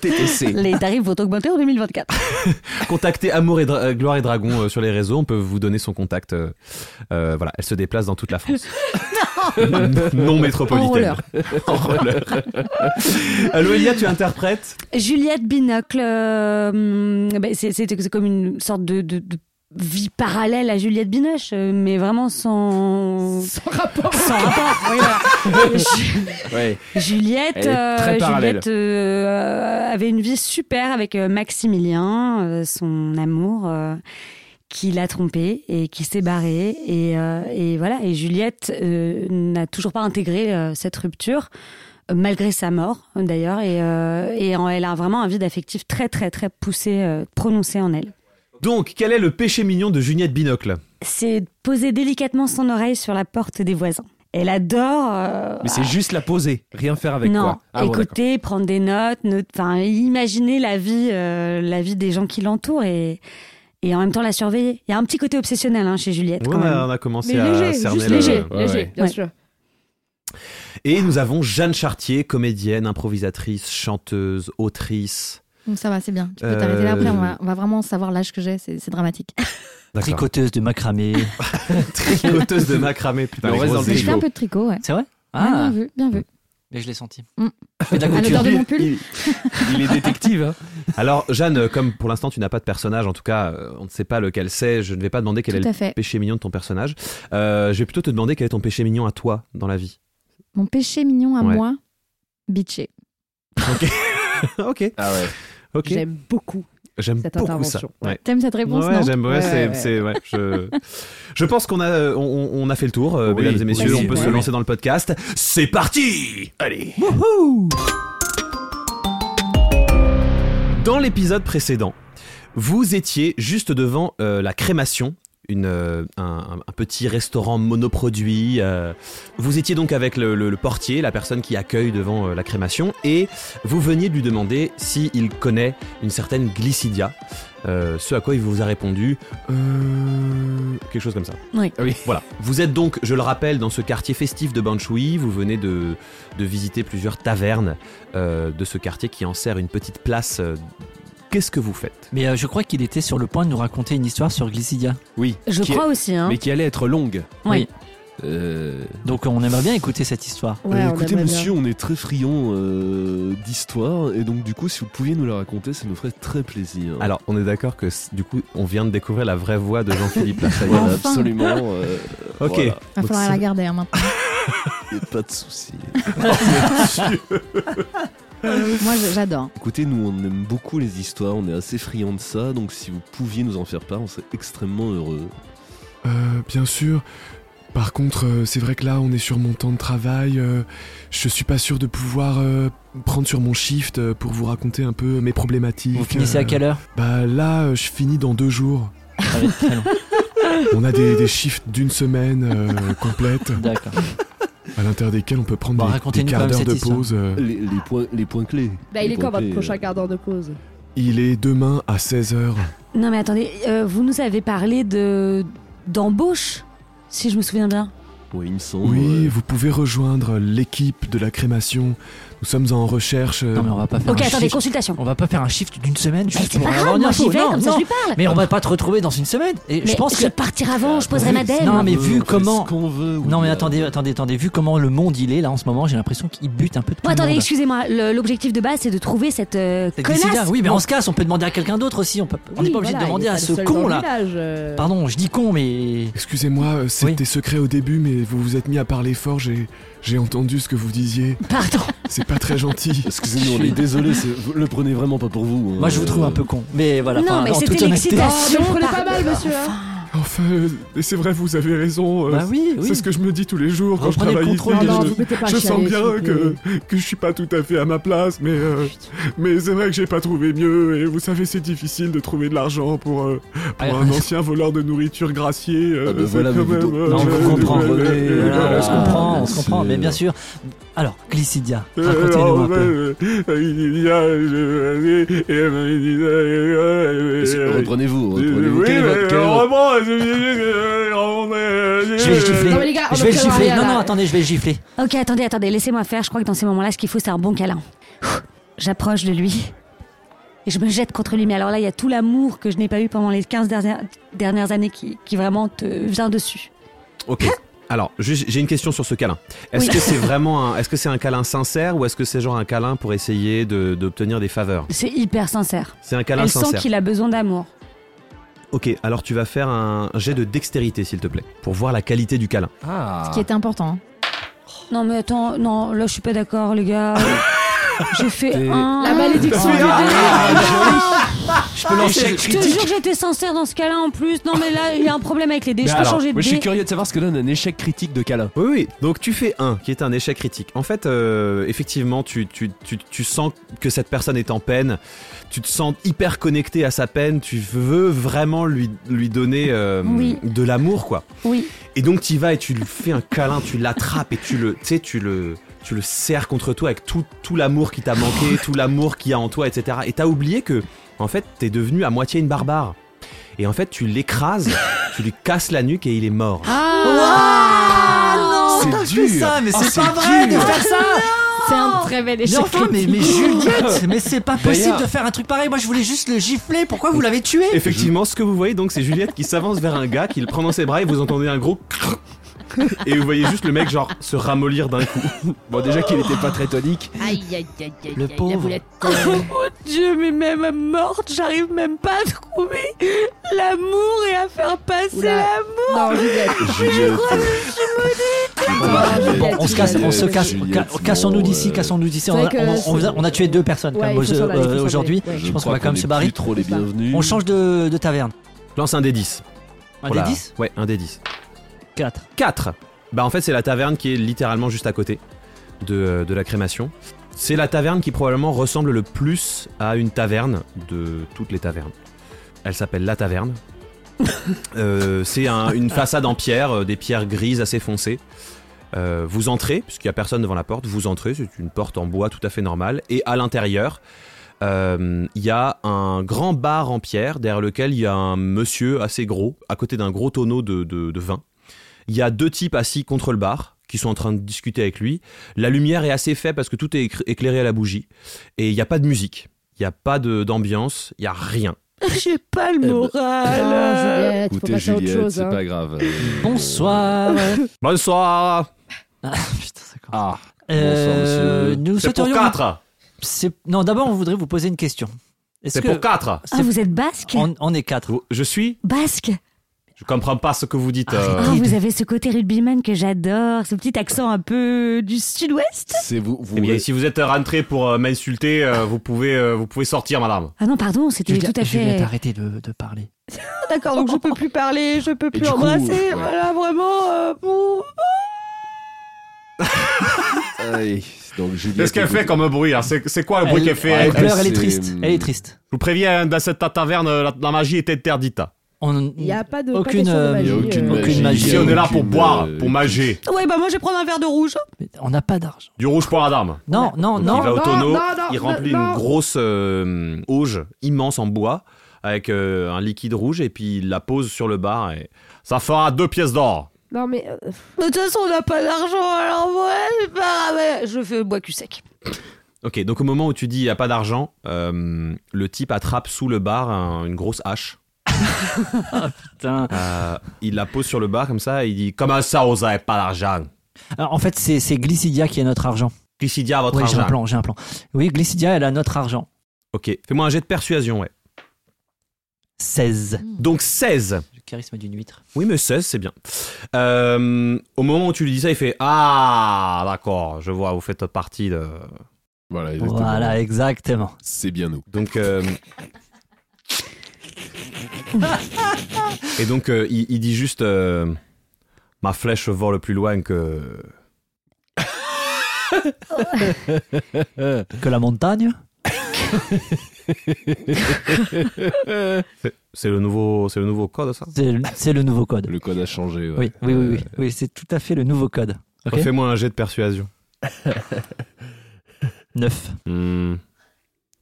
[SPEAKER 2] TTC.
[SPEAKER 7] les tarifs vont augmenter en 2024.
[SPEAKER 1] Contactez Amour et Dra- euh, Gloire et Dragon euh, sur les réseaux, on peut vous donner son contact. euh, euh, voilà, elle se déplace dans toute la France. non métropolitaine.
[SPEAKER 4] En roller.
[SPEAKER 1] En roller. Euh, Loelia, tu interprètes
[SPEAKER 7] Juliette Binocle, euh, hum, ben, c'est c'est- c'est comme une sorte de... de- de vie parallèle à Juliette Binoche, euh, mais vraiment sans...
[SPEAKER 5] Sans rapport.
[SPEAKER 7] sans rapport.
[SPEAKER 1] (laughs)
[SPEAKER 7] Oui, voilà. Ju-
[SPEAKER 2] Ouais. Elle
[SPEAKER 7] Juliette,
[SPEAKER 2] est très
[SPEAKER 7] euh,
[SPEAKER 2] parallèle.
[SPEAKER 7] Juliette euh, avait une vie super avec euh, Maximilien, euh, son amour, euh, qui l'a trompé et qui s'est barré. Et, euh, et voilà. Et Juliette euh, n'a toujours pas intégré euh, cette rupture. euh, Malgré sa mort, euh, d'ailleurs, et, euh, et en- elle a vraiment un vide affectif très, très, très poussé, euh, prononcé en elle.
[SPEAKER 1] Donc, quel est le péché mignon de Juliette Binocle
[SPEAKER 7] C'est de poser délicatement son oreille sur la porte des voisins. Elle adore. euh,
[SPEAKER 2] Mais c'est juste la poser, rien faire avec
[SPEAKER 7] non,
[SPEAKER 2] quoi. Ah bon, d'accord.
[SPEAKER 7] écouter, prendre des notes, note- enfin imaginer la vie, euh, la vie des gens qui l'entourent et et en même temps la surveiller. Il y a un petit côté obsessionnel hein, chez Juliette
[SPEAKER 1] Ouais,
[SPEAKER 7] quand même.
[SPEAKER 1] on a commencé
[SPEAKER 5] Mais
[SPEAKER 1] à
[SPEAKER 5] léger,
[SPEAKER 1] cerner
[SPEAKER 5] juste
[SPEAKER 1] le-
[SPEAKER 5] léger,
[SPEAKER 2] ouais,
[SPEAKER 5] léger,
[SPEAKER 2] ouais.
[SPEAKER 5] bien
[SPEAKER 7] Ouais.
[SPEAKER 5] sûr.
[SPEAKER 1] Et nous avons Jeanne Chartier, comédienne, improvisatrice, chanteuse, autrice.
[SPEAKER 4] (laughs) Donc ça va, c'est bien. Tu peux
[SPEAKER 1] Euh,
[SPEAKER 4] t'arrêter là après, on va, on va vraiment savoir l'âge que j'ai, c'est c'est dramatique.
[SPEAKER 1] D'accord.
[SPEAKER 6] Tricoteuse de macramé.
[SPEAKER 1] Tricoteuse de macramé. Putain,
[SPEAKER 2] Le
[SPEAKER 1] les
[SPEAKER 2] reste
[SPEAKER 1] grosses
[SPEAKER 2] dans le
[SPEAKER 4] Je fais
[SPEAKER 1] égaux.
[SPEAKER 4] un peu de tricot, ouais.
[SPEAKER 6] C'est vrai
[SPEAKER 4] Ouais,
[SPEAKER 6] Ah,
[SPEAKER 4] bien vu, bien vu.
[SPEAKER 6] mais je l'ai senti.
[SPEAKER 4] Mm.
[SPEAKER 6] Je fais de la
[SPEAKER 4] À
[SPEAKER 6] couture.
[SPEAKER 4] l'odeur de mon pull.
[SPEAKER 2] Il, il est détective. hein.
[SPEAKER 1] Alors, Jeanne, euh, comme pour l'instant tu n'as pas de personnage, en tout cas, euh, on ne sait pas lequel c'est, je ne vais pas demander quel est
[SPEAKER 4] Tout
[SPEAKER 1] le
[SPEAKER 4] à fait.
[SPEAKER 1] péché mignon de ton personnage. Euh, je vais plutôt te demander quel est ton péché mignon à toi dans la vie.
[SPEAKER 4] Mon péché mignon à
[SPEAKER 1] Ouais.
[SPEAKER 4] moi, bitché.
[SPEAKER 1] (laughs) ok,
[SPEAKER 2] Ah ouais.
[SPEAKER 1] ok.
[SPEAKER 5] J'aime beaucoup.
[SPEAKER 1] J'aime
[SPEAKER 5] cette
[SPEAKER 1] beaucoup
[SPEAKER 5] intervention,
[SPEAKER 1] ça. Ouais.
[SPEAKER 4] T'aimes cette réponse,
[SPEAKER 1] Ouais,
[SPEAKER 4] non
[SPEAKER 1] j'aime, ouais,
[SPEAKER 5] Ouais,
[SPEAKER 1] c'est,
[SPEAKER 5] ouais.
[SPEAKER 1] c'est- ouais, je, je pense qu'on a, euh, on, on a fait le tour, euh,
[SPEAKER 2] Oui,
[SPEAKER 1] mesdames et messieurs,
[SPEAKER 2] oui,
[SPEAKER 1] on peut
[SPEAKER 2] oui,
[SPEAKER 1] se
[SPEAKER 2] oui.
[SPEAKER 1] lancer dans le podcast. C'est parti Allez Dans l'épisode précédent, vous étiez juste devant euh, la crémation. Une, euh, un, un petit restaurant monoproduit. euh. Vous étiez donc avec le, le- le portier, la personne qui accueille devant euh, la crémation, et vous veniez de lui demander s'il connaît une certaine glycidia, euh, ce à quoi il vous a répondu euh, quelque chose comme ça.
[SPEAKER 7] Oui.
[SPEAKER 2] Ah oui.
[SPEAKER 1] Voilà. Vous êtes donc, je le rappelle, dans ce quartier festif de Banshui. Vous venez de, de visiter plusieurs tavernes euh, de ce quartier qui en sert une petite place. euh, Qu'est-ce que vous faites
[SPEAKER 6] Mais euh, je crois qu'il était sur le point de nous raconter une histoire sur Glycidia.
[SPEAKER 2] Oui.
[SPEAKER 7] Je
[SPEAKER 2] Qui-
[SPEAKER 7] crois aussi. Hein.
[SPEAKER 2] Mais qui allait être longue.
[SPEAKER 6] Oui.
[SPEAKER 2] Euh,
[SPEAKER 6] Donc euh, on aimerait bien écouter cette histoire.
[SPEAKER 5] Ouais, on
[SPEAKER 8] Euh, écoutez,
[SPEAKER 5] aimerait
[SPEAKER 8] monsieur, on est très friand euh, d'histoire, et donc du coup, si vous pouviez nous la raconter, ça nous ferait très plaisir.
[SPEAKER 1] Alors, on est d'accord que c- du coup, on vient de découvrir la vraie voix de (laughs) Jean-Philippe Lafayette.
[SPEAKER 8] Voilà,
[SPEAKER 4] Enfin.
[SPEAKER 8] absolument. (laughs) euh,
[SPEAKER 1] Ok.
[SPEAKER 8] voilà.
[SPEAKER 4] Va
[SPEAKER 1] Donc,
[SPEAKER 4] falloir
[SPEAKER 1] c'est-
[SPEAKER 4] la garder hein, (laughs) maintenant.
[SPEAKER 8] Et pas de souci.
[SPEAKER 4] Moi, je- j'adore.
[SPEAKER 8] Écoutez, nous, on aime beaucoup les histoires, on est assez friand de ça, donc si vous pouviez nous en faire part, on serait extrêmement heureux.
[SPEAKER 9] Euh, bien sûr. Par contre, euh, c'est vrai que là, on est sur mon temps de travail. euh, je suis pas sûr de pouvoir euh, prendre sur mon shift euh, pour vous raconter un peu mes problématiques.
[SPEAKER 6] Vous finissez à
[SPEAKER 9] Euh,
[SPEAKER 6] quelle heure
[SPEAKER 9] Bah là, euh, je finis dans deux jours.
[SPEAKER 6] Ça va être très long.
[SPEAKER 9] On a des, des shifts d'une semaine euh, (laughs) complète,
[SPEAKER 6] D'accord.
[SPEAKER 9] à l'intérieur desquels on peut prendre
[SPEAKER 6] Bon,
[SPEAKER 9] des- des,
[SPEAKER 6] racontez-nous quand
[SPEAKER 9] quarts
[SPEAKER 6] même
[SPEAKER 9] d'heure
[SPEAKER 6] cette
[SPEAKER 9] de
[SPEAKER 6] histoire.
[SPEAKER 9] pause. euh.
[SPEAKER 8] Les, les points, les points clés.
[SPEAKER 5] Bah, il
[SPEAKER 8] Les
[SPEAKER 5] est
[SPEAKER 8] points
[SPEAKER 5] quand votre
[SPEAKER 8] clés,
[SPEAKER 5] prochain
[SPEAKER 8] euh,
[SPEAKER 5] quart d'heure de pause
[SPEAKER 9] Il est demain à 16h.
[SPEAKER 7] Non mais attendez, euh, vous nous avez parlé de d'embauche, si je me souviens bien.
[SPEAKER 8] Oui, il me semble.
[SPEAKER 9] Oui,
[SPEAKER 8] euh,
[SPEAKER 9] vous pouvez rejoindre l'équipe de la crémation. Nous sommes en recherche. euh,
[SPEAKER 6] Non, mais on va pas faire
[SPEAKER 7] Ok,
[SPEAKER 6] un
[SPEAKER 7] attendez,
[SPEAKER 6] shift.
[SPEAKER 7] consultation.
[SPEAKER 6] On va pas faire un shift d'une semaine
[SPEAKER 7] Mais
[SPEAKER 6] juste
[SPEAKER 7] c'est
[SPEAKER 6] pour
[SPEAKER 7] pas
[SPEAKER 6] avoir
[SPEAKER 7] grave,
[SPEAKER 6] une
[SPEAKER 7] moi
[SPEAKER 6] info.
[SPEAKER 7] j'y vais,
[SPEAKER 6] Non,
[SPEAKER 7] comme ça
[SPEAKER 6] non.
[SPEAKER 7] je lui parle.
[SPEAKER 6] Mais on va pas te retrouver dans une semaine. Et
[SPEAKER 7] Mais
[SPEAKER 6] je pense que.
[SPEAKER 7] partirai avant, je poserai
[SPEAKER 6] vu-
[SPEAKER 7] ma denne.
[SPEAKER 6] non, mais
[SPEAKER 8] on
[SPEAKER 6] vu
[SPEAKER 8] fait
[SPEAKER 6] comment-
[SPEAKER 8] ce qu'on veut,
[SPEAKER 6] Non, mais
[SPEAKER 8] William.
[SPEAKER 6] attendez, attendez, attendez. Vu comment le monde il est là en ce moment, j'ai l'impression qu'il bute un peu de tout
[SPEAKER 7] Bon,
[SPEAKER 6] le
[SPEAKER 7] attendez,
[SPEAKER 6] monde.
[SPEAKER 7] excusez-moi, le- l'objectif de base c'est de trouver cette euh,
[SPEAKER 6] C'est
[SPEAKER 7] connasse.
[SPEAKER 6] décidé. Oui, mais
[SPEAKER 7] Bon,
[SPEAKER 6] on se casse. On peut demander à quelqu'un d'autre aussi. On peut- on n'est
[SPEAKER 5] Oui,
[SPEAKER 6] pas obligé
[SPEAKER 5] voilà,
[SPEAKER 6] de demander
[SPEAKER 5] il est
[SPEAKER 6] à
[SPEAKER 5] pas
[SPEAKER 6] ce
[SPEAKER 5] seul dans
[SPEAKER 6] con
[SPEAKER 5] le
[SPEAKER 6] là.
[SPEAKER 5] village, euh.
[SPEAKER 6] Pardon, je dis con, mais
[SPEAKER 9] Excusez-moi, euh, c'était secret au début, mais vous vous êtes mis à parler fort. J'ai, j'ai entendu ce que vous disiez.
[SPEAKER 7] Pardon.
[SPEAKER 9] C'est pas très
[SPEAKER 6] (laughs)
[SPEAKER 9] gentil.
[SPEAKER 8] Excusez-nous, on est désolé, c'est- vous le prenez vraiment pas pour vous. hein.
[SPEAKER 6] moi je vous trouve un peu con. Mais voilà.
[SPEAKER 7] non,
[SPEAKER 6] enfin,
[SPEAKER 7] mais
[SPEAKER 6] en toute
[SPEAKER 7] c'était
[SPEAKER 6] honnêteté.
[SPEAKER 5] Oh, mais
[SPEAKER 7] l'excitation.
[SPEAKER 5] vous prenez pas
[SPEAKER 7] pardon.
[SPEAKER 5] mal, monsieur. hein.
[SPEAKER 9] Enfin, euh, et c'est vrai, vous avez raison. euh,
[SPEAKER 6] Bah oui, oui.
[SPEAKER 9] C'est ce que je me dis tous les jours quand je
[SPEAKER 6] Reprenez le
[SPEAKER 9] travaille ici.
[SPEAKER 6] contrôle de-
[SPEAKER 9] je-
[SPEAKER 5] Non, vous mettez pas un
[SPEAKER 9] Je
[SPEAKER 5] chien
[SPEAKER 9] sens
[SPEAKER 5] avec
[SPEAKER 9] bien
[SPEAKER 5] vous,
[SPEAKER 9] que, que je suis pas tout à fait à ma place, mais, euh, mais c'est vrai que j'ai pas trouvé mieux. Et vous savez, c'est difficile de trouver de l'argent pour, euh, pour
[SPEAKER 6] Ah, ben
[SPEAKER 9] un ancien voleur de nourriture gracié. euh,
[SPEAKER 8] Ah bah
[SPEAKER 9] c'est
[SPEAKER 8] voilà,
[SPEAKER 9] quand
[SPEAKER 8] mais vous
[SPEAKER 9] même,
[SPEAKER 8] do-
[SPEAKER 9] euh,
[SPEAKER 6] Non, on
[SPEAKER 9] euh,
[SPEAKER 6] comprend,
[SPEAKER 9] euh,
[SPEAKER 8] René,
[SPEAKER 9] euh,
[SPEAKER 8] voilà,
[SPEAKER 6] Voilà, Ah,
[SPEAKER 9] euh,
[SPEAKER 6] on se comprend, on se
[SPEAKER 8] c'est-
[SPEAKER 6] comprend, mais bien sûr. Alors, Glycidia,
[SPEAKER 9] euh,
[SPEAKER 6] racontez-nous un
[SPEAKER 9] alors,
[SPEAKER 6] peu.
[SPEAKER 9] euh, euh, il y a, euh, et, euh,
[SPEAKER 8] Est-ce-
[SPEAKER 9] euh,
[SPEAKER 8] Reprenez-vous,
[SPEAKER 9] euh,
[SPEAKER 8] reprenez-vous.
[SPEAKER 9] oui,
[SPEAKER 8] Quel est votre-
[SPEAKER 9] mais
[SPEAKER 8] quel est votre-
[SPEAKER 9] vraiment, euh,
[SPEAKER 6] Je vais le gifler.
[SPEAKER 5] Non, mais les gars, on
[SPEAKER 6] je vais le
[SPEAKER 5] obtient
[SPEAKER 6] gifler.
[SPEAKER 5] rien,
[SPEAKER 6] Non,
[SPEAKER 5] là.
[SPEAKER 6] non, attendez, je vais le gifler.
[SPEAKER 7] (laughs) Ok, attendez, attendez, laissez-moi faire. Je crois que dans ces moments-là, ce qu'il faut, c'est un bon câlin. Ouh, J'approche de lui et je me jette contre lui. Mais alors là, il y a tout l'amour que je n'ai pas eu pendant les 15 dernières, dernières années qui, qui vraiment te vient dessus.
[SPEAKER 1] Ok. Alors, ju- j'ai une question sur ce câlin. Est-ce
[SPEAKER 7] Ah. Oui.
[SPEAKER 1] que
[SPEAKER 7] (laughs)
[SPEAKER 1] c'est vraiment un, est-ce que c'est un câlin sincère ou est-ce que c'est genre un câlin pour essayer de- d'obtenir des faveurs
[SPEAKER 7] C'est hyper sincère.
[SPEAKER 1] C'est un câlin
[SPEAKER 7] Elle sent
[SPEAKER 1] sincère.
[SPEAKER 7] qu'il a besoin d'amour.
[SPEAKER 1] Ok, alors tu vas faire un jet de dextérité s'il te plaît pour voir la qualité du câlin.
[SPEAKER 6] Ah.
[SPEAKER 4] Ce qui est important.
[SPEAKER 7] Non, mais attends, non, là, je suis pas d'accord, les gars. J'ai fait
[SPEAKER 8] T'es-
[SPEAKER 7] un.
[SPEAKER 5] La malédiction
[SPEAKER 7] Oh,
[SPEAKER 5] du
[SPEAKER 6] Je peux lancer le
[SPEAKER 7] Je te jure, j'étais sincère dans ce cas-là en plus. Non, mais là, il y a un problème avec les dés.
[SPEAKER 8] Mais
[SPEAKER 7] Je peux
[SPEAKER 8] alors,
[SPEAKER 7] changer de
[SPEAKER 8] moi, je suis
[SPEAKER 7] dés.
[SPEAKER 8] curieux de savoir ce que donne un échec critique de câlin.
[SPEAKER 1] Oui, oui. Donc tu fais un, qui est un échec critique. En fait, euh, effectivement, tu, tu, tu, tu sens que cette personne est en peine. Tu te sens hyper connecté à sa peine. Tu veux vraiment lui, lui donner euh,
[SPEAKER 7] Oui.
[SPEAKER 1] de l'amour, quoi.
[SPEAKER 7] Oui.
[SPEAKER 1] Et donc tu vas et tu lui fais un câlin, tu l'attrapes et tu le, tu sais, tu le, tu le serres contre toi avec tout, tout l'amour qui t'a manqué, tout l'amour qu'il y a en toi, etc. Et t'as oublié que, en fait, t'es devenu à moitié une barbare. Et en fait, tu l'écrases, tu lui casses la nuque et il est mort.
[SPEAKER 6] Ah non,
[SPEAKER 8] C'est dur.
[SPEAKER 6] ça, mais
[SPEAKER 8] Ah,
[SPEAKER 6] c'est
[SPEAKER 8] c'est
[SPEAKER 6] pas vrai de
[SPEAKER 8] dur.
[SPEAKER 6] faire ça.
[SPEAKER 4] C'est un très bel
[SPEAKER 6] Mais
[SPEAKER 4] échec.
[SPEAKER 6] enfin, mais, mais (laughs) Juliette, mais c'est pas possible
[SPEAKER 8] D'ailleurs-
[SPEAKER 6] de faire un truc pareil. Moi, je voulais juste le gifler. Pourquoi vous l'avez tué
[SPEAKER 1] (laughs) Effectivement, ce que vous voyez donc, c'est Juliette qui s'avance vers un gars, qui le prend dans ses bras et vous entendez un gros. (laughs) Et vous voyez juste le mec genre se ramollir d'un coup.
[SPEAKER 8] Bon, déjà qu'il était pas très tonique.
[SPEAKER 4] Aïe, aïe, aïe, aïe,
[SPEAKER 6] Le
[SPEAKER 4] aïe, la
[SPEAKER 6] pauvre.
[SPEAKER 4] boulette.
[SPEAKER 7] Dieu, mais même morte, j'arrive même pas à trouver l'amour et à faire passer
[SPEAKER 5] Oula. Non, Juliette.
[SPEAKER 8] Juliette.
[SPEAKER 5] Bon,
[SPEAKER 6] Bon, on se casse, on se casse.
[SPEAKER 8] Juliette,
[SPEAKER 6] Ca-
[SPEAKER 8] bon,
[SPEAKER 6] Cassons-nous d'ici,
[SPEAKER 8] euh,
[SPEAKER 6] cassons-nous d'ici.
[SPEAKER 5] c'est
[SPEAKER 6] On,
[SPEAKER 5] vrai que
[SPEAKER 6] on- on-
[SPEAKER 5] c'est-
[SPEAKER 6] on a tué deux personnes quand
[SPEAKER 5] Ouais,
[SPEAKER 6] même,
[SPEAKER 5] il faut s'en aller, il faut
[SPEAKER 6] euh,
[SPEAKER 5] s'en aller.
[SPEAKER 6] aujourd'hui.
[SPEAKER 5] Ouais.
[SPEAKER 6] pense qu'on va
[SPEAKER 8] crois
[SPEAKER 6] quand même
[SPEAKER 8] est
[SPEAKER 6] se barrer.
[SPEAKER 8] plus trop les bienvenus.
[SPEAKER 6] On change de, de taverne.
[SPEAKER 1] Lance un des 10.
[SPEAKER 6] Un
[SPEAKER 1] Pour
[SPEAKER 6] des
[SPEAKER 1] la-
[SPEAKER 6] 10
[SPEAKER 1] Ouais, un des 10.
[SPEAKER 6] 4.
[SPEAKER 1] 4. Bah en fait c'est la taverne qui est littéralement juste à côté de, de la crémation. C'est la taverne qui probablement ressemble le plus à une taverne de toutes les tavernes. Elle s'appelle La Taverne. Euh, c'est un- une façade en pierre, euh, des pierres grises assez foncées. Euh, vous entrez, puisqu'il n'y a personne devant la porte, vous entrez, c'est une porte en bois tout à fait normale. Et à l'intérieur, euh, il y a un grand bar en pierre derrière lequel il y a un monsieur assez gros, à côté d'un gros tonneau de- de- de vin. Il y a deux types assis contre le bar qui sont en train de discuter avec lui. La lumière est assez faible parce que tout est écr- éclairé à la bougie. Et il n'y a pas de musique. Il n'y a pas de- d'ambiance. Il n'y a rien.
[SPEAKER 7] J'ai pas le
[SPEAKER 5] Non, Juliette, faut
[SPEAKER 8] Écoutez,
[SPEAKER 5] passer à autre
[SPEAKER 8] Juliette,
[SPEAKER 5] chose.
[SPEAKER 8] c'est
[SPEAKER 5] hein.
[SPEAKER 8] pas grave. Euh,
[SPEAKER 6] Bonsoir. (laughs)
[SPEAKER 1] Bonsoir
[SPEAKER 6] Putain, c'est con.
[SPEAKER 8] Ah,
[SPEAKER 6] Euh,
[SPEAKER 8] monsieur.
[SPEAKER 6] nous
[SPEAKER 1] C'est pour
[SPEAKER 6] souhaiterions.
[SPEAKER 1] quatre
[SPEAKER 6] C'est- Non, d'abord, on voudrait vous poser une question. Est-ce
[SPEAKER 1] C'est
[SPEAKER 6] que
[SPEAKER 1] pour quatre
[SPEAKER 7] Ah, vous êtes basque
[SPEAKER 6] on, on est quatre
[SPEAKER 1] Vous- Je suis
[SPEAKER 7] Basque
[SPEAKER 1] Je comprends pas ce que vous dites.
[SPEAKER 7] Ah,
[SPEAKER 1] euh.
[SPEAKER 7] vous avez ce côté rugbyman que j'adore, ce petit accent un peu du sud-ouest.
[SPEAKER 8] C'est vous. vous
[SPEAKER 1] Eh bien, si vous êtes rentré pour euh, m'insulter, euh, vous, pouvez, euh, vous pouvez sortir, madame.
[SPEAKER 7] Ah non, pardon, c'était
[SPEAKER 6] Juliette,
[SPEAKER 7] tout à
[SPEAKER 6] Juliette,
[SPEAKER 7] fait.
[SPEAKER 6] arrêtez de, de parler.
[SPEAKER 5] D'accord, donc je peux plus parler, je peux
[SPEAKER 8] Et du coup, ouais.
[SPEAKER 5] vraiment. euh, bon.
[SPEAKER 8] Aïe, donc Juliette.
[SPEAKER 1] Qu'est-ce qu'elle
[SPEAKER 8] écoute-
[SPEAKER 1] fait comme bruit hein C'est c'est quoi le bruit
[SPEAKER 6] Elle-
[SPEAKER 1] qu'elle fait
[SPEAKER 6] Elle
[SPEAKER 1] elle
[SPEAKER 6] pleure, elle est
[SPEAKER 8] c'est-
[SPEAKER 6] triste. Elle est triste.
[SPEAKER 1] Je vous préviens, hein, dans cette taverne, la, la magie est interdite.
[SPEAKER 6] On-
[SPEAKER 5] Il n'y a pas de. pas
[SPEAKER 6] Aucune,
[SPEAKER 5] question de
[SPEAKER 6] euh,
[SPEAKER 8] Il y
[SPEAKER 5] magie,
[SPEAKER 8] a aucune
[SPEAKER 5] euh,
[SPEAKER 8] magie.
[SPEAKER 6] Aucune magie.
[SPEAKER 8] il y a
[SPEAKER 1] Ici, on est là pour
[SPEAKER 8] aucune,
[SPEAKER 1] boire,
[SPEAKER 8] euh,
[SPEAKER 1] pour manger.
[SPEAKER 7] Ouais, bah moi, je vais prendre un verre de rouge.
[SPEAKER 6] on n'a pas d'argent.
[SPEAKER 1] Du rouge pour la dame.
[SPEAKER 6] Non, non,
[SPEAKER 1] il va
[SPEAKER 6] non.
[SPEAKER 1] au
[SPEAKER 5] non,
[SPEAKER 1] tonneau,
[SPEAKER 5] non, non,
[SPEAKER 1] il
[SPEAKER 5] non,
[SPEAKER 1] remplit
[SPEAKER 5] non.
[SPEAKER 1] une grosse euh, auge immense en bois avec euh, un liquide rouge et puis il la pose sur le bar. Et... Ça fera deux pièces d'or.
[SPEAKER 5] Non, mais. euh,
[SPEAKER 7] De toute façon, on n'a pas d'argent, alors ouais, c'est pas grave. ouais. Je fais bois cul sec.
[SPEAKER 1] Ok, donc au moment où tu dis il n'y a pas d'argent, euh, le type attrape sous le bar un- une grosse hache.
[SPEAKER 6] Putain.
[SPEAKER 1] Euh, il la pose sur le bar comme ça et il dit Comment ça, vous n'avez pas d'argent
[SPEAKER 6] Alors, en fait, c'est c'est Glycidia qui a notre argent.
[SPEAKER 1] Glycidia, votre
[SPEAKER 6] Oui, j'ai un
[SPEAKER 1] argent.
[SPEAKER 6] plan, j'ai un plan. Oui, Glycidia, elle a notre argent.
[SPEAKER 1] Ok, fais-moi un jet de persuasion, ouais.
[SPEAKER 6] 16.
[SPEAKER 1] Donc 16.
[SPEAKER 6] Le charisme d'une huître.
[SPEAKER 1] Oui, mais 16, c'est bien. Euh, au moment où tu lui dis ça, il fait Ah, d'accord, je vois, vous faites partie de.
[SPEAKER 8] Voilà, exactement.
[SPEAKER 6] Voilà, exactement.
[SPEAKER 8] C'est bien nous.
[SPEAKER 1] Donc. euh, Et donc, euh, il, il dit juste euh, Ma flèche vole plus loin que.
[SPEAKER 6] Que la montagne
[SPEAKER 1] C'est le nouveau, c'est le nouveau code, ça
[SPEAKER 6] C'est le- c'est le nouveau code.
[SPEAKER 8] Le code a changé. ouais.
[SPEAKER 6] Oui, oui, oui, oui, oui, c'est tout à fait le nouveau code. Ok.
[SPEAKER 1] Fais-moi un jet de persuasion.
[SPEAKER 6] 9.
[SPEAKER 8] Hmm.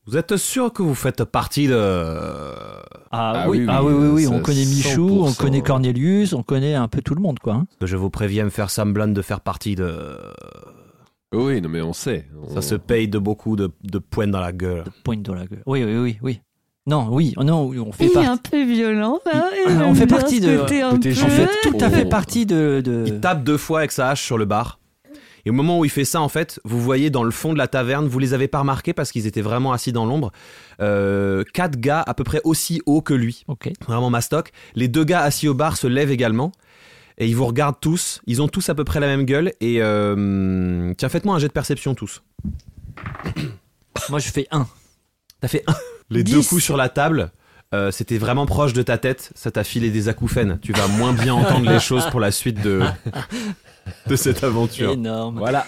[SPEAKER 1] Vous êtes sûr que vous faites partie de.
[SPEAKER 6] Ah,
[SPEAKER 8] Ah
[SPEAKER 6] oui,
[SPEAKER 8] oui,
[SPEAKER 6] ah oui,
[SPEAKER 8] oui,
[SPEAKER 6] oui, oui,
[SPEAKER 8] ça,
[SPEAKER 6] on connaît Michou, on
[SPEAKER 8] 100%.
[SPEAKER 6] connaît Cornelius, on connaît un peu tout le monde, quoi. hein.
[SPEAKER 1] Que je vous préviens, faire semblant de faire partie de.
[SPEAKER 8] Oui, non, mais on sait. On-
[SPEAKER 1] Ça se paye de beaucoup de, de points dans la gueule.
[SPEAKER 6] Pointe dans la gueule. Oui, oui, oui, oui. Non, oui, oh non, oui, on fait
[SPEAKER 4] Il est
[SPEAKER 6] partie.
[SPEAKER 4] un peu violent. hein, et
[SPEAKER 6] On
[SPEAKER 4] j'aime
[SPEAKER 6] fait
[SPEAKER 4] bien
[SPEAKER 6] partie
[SPEAKER 4] ce
[SPEAKER 6] de-
[SPEAKER 4] côté un
[SPEAKER 8] côté
[SPEAKER 4] peu-
[SPEAKER 6] On fait
[SPEAKER 8] gentil.
[SPEAKER 6] tout à fait
[SPEAKER 8] Oh.
[SPEAKER 6] partie de. de-
[SPEAKER 1] Il tape deux fois avec sa hache sur le bar. Et au moment où il fait ça, en fait, vous voyez dans le fond de la taverne, vous les avez pas remarqués parce qu'ils étaient vraiment assis dans l'ombre, euh, quatre gars à peu près aussi hauts que lui,
[SPEAKER 6] Ok.
[SPEAKER 1] vraiment mastoc. Les deux gars assis au bar se lèvent également et ils vous regardent tous. Ils ont tous à peu près la même gueule et euh, tiens, faites-moi un jet de perception tous.
[SPEAKER 6] Moi, je fais
[SPEAKER 8] (laughs)
[SPEAKER 6] 1.
[SPEAKER 1] T'as fait un. les deux coups sur la table. euh, C'était vraiment proche de ta tête, ça t'a filé des acouphènes. Tu vas moins bien entendre les choses pour la suite de, de cette aventure.
[SPEAKER 6] Énorme.
[SPEAKER 1] Voilà.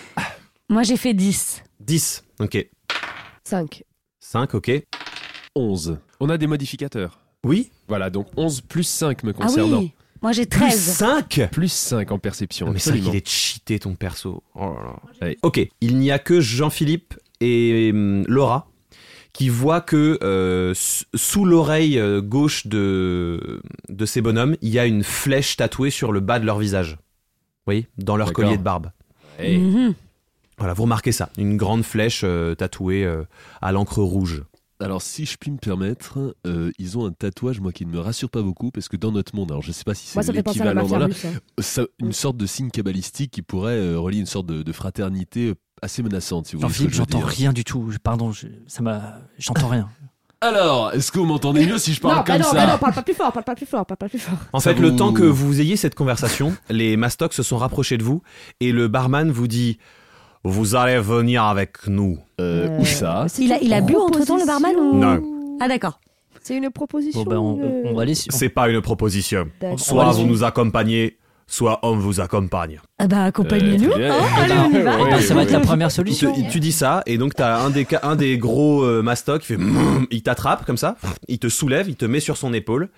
[SPEAKER 7] Moi, j'ai fait 10.
[SPEAKER 1] 10. Ok.
[SPEAKER 5] 5.
[SPEAKER 1] 5, ok.
[SPEAKER 8] 11. On a des modificateurs.
[SPEAKER 1] Oui.
[SPEAKER 8] Voilà, donc 11 plus 5 me
[SPEAKER 7] Ah
[SPEAKER 8] concernant.
[SPEAKER 7] oui Moi, j'ai
[SPEAKER 1] Plus
[SPEAKER 7] 13.
[SPEAKER 1] 5
[SPEAKER 8] Plus 5 en perception.
[SPEAKER 1] Ah, Mais c'est vrai
[SPEAKER 8] absolument.
[SPEAKER 1] qu'il est cheaté ton perso. Oh là là.
[SPEAKER 8] Allez.
[SPEAKER 1] Ok, il n'y a que Jean-Philippe et hum, Laura qui voient que euh, s- sous l'oreille euh, gauche de, de ces bonhommes, il y a une flèche tatouée sur le bas de leur visage. Vous voyez Dans leur
[SPEAKER 8] D'accord.
[SPEAKER 1] collier de barbe.
[SPEAKER 8] Eh,
[SPEAKER 7] Mhm.
[SPEAKER 1] Voilà, vous remarquez ça. Une grande flèche euh, tatouée euh, à l'encre rouge.
[SPEAKER 8] Alors, si je puis me permettre, euh, ils ont un tatouage, moi, qui ne me rassure pas beaucoup, parce que dans notre monde, alors je ne sais pas si
[SPEAKER 5] Moi,
[SPEAKER 8] c'est
[SPEAKER 5] ça fait penser à la
[SPEAKER 8] l'équivalent
[SPEAKER 5] mafia
[SPEAKER 8] dans la-
[SPEAKER 5] russe. hein.
[SPEAKER 8] ça- une sorte de signe cabalistique qui pourrait euh, relier une sorte de, de fraternité euh, assez menaçante, si vous voulez. ce que
[SPEAKER 6] Jean-Philippe,
[SPEAKER 8] je veux
[SPEAKER 6] j'entends
[SPEAKER 8] dire.
[SPEAKER 6] rien du tout. Je- Pardon, je- ça m'a. J'entends rien.
[SPEAKER 8] Alors, est-ce que vous m'entendez mieux si je parle
[SPEAKER 5] non,
[SPEAKER 8] comme
[SPEAKER 5] bah non,
[SPEAKER 8] ça
[SPEAKER 5] bah non, parle pas plus fort, parle pas plus fort, parle pas plus fort.
[SPEAKER 1] En
[SPEAKER 8] Ça
[SPEAKER 1] fait, le
[SPEAKER 8] vous-
[SPEAKER 1] temps que vous ayez cette
[SPEAKER 8] (laughs)
[SPEAKER 1] conversation, les mastocs se sont rapprochés de vous et le barman vous dit Vous allez venir avec nous.
[SPEAKER 8] Euh, Où
[SPEAKER 6] Oh,
[SPEAKER 8] ça
[SPEAKER 5] C'est
[SPEAKER 7] Il a-
[SPEAKER 5] une
[SPEAKER 7] il a bu entre-temps, le barman, ou-
[SPEAKER 1] Non.
[SPEAKER 7] Ah, d'accord.
[SPEAKER 5] C'est une proposition.
[SPEAKER 6] Bon, ben, on,
[SPEAKER 5] une-
[SPEAKER 6] on va aller. sur-
[SPEAKER 1] C'est pas une proposition.
[SPEAKER 5] D'accord.
[SPEAKER 1] Soit
[SPEAKER 6] On va
[SPEAKER 1] vous
[SPEAKER 6] les-
[SPEAKER 1] nous accompagnez, soit on vous accompagne.
[SPEAKER 7] Ah bah, accompagnez-nous.
[SPEAKER 8] Euh,
[SPEAKER 7] hein,
[SPEAKER 8] eh
[SPEAKER 7] allez,
[SPEAKER 8] ben,
[SPEAKER 7] on y va.
[SPEAKER 8] ouais,
[SPEAKER 6] Ah, ça va être la première
[SPEAKER 1] Tu,
[SPEAKER 6] solution.
[SPEAKER 1] tu dis ça, et donc t'as un des, ca- un des gros euh, mastocs qui fait (clears throat) Mmm il t'attrape comme ça, il te soulève, il te met sur son épaule.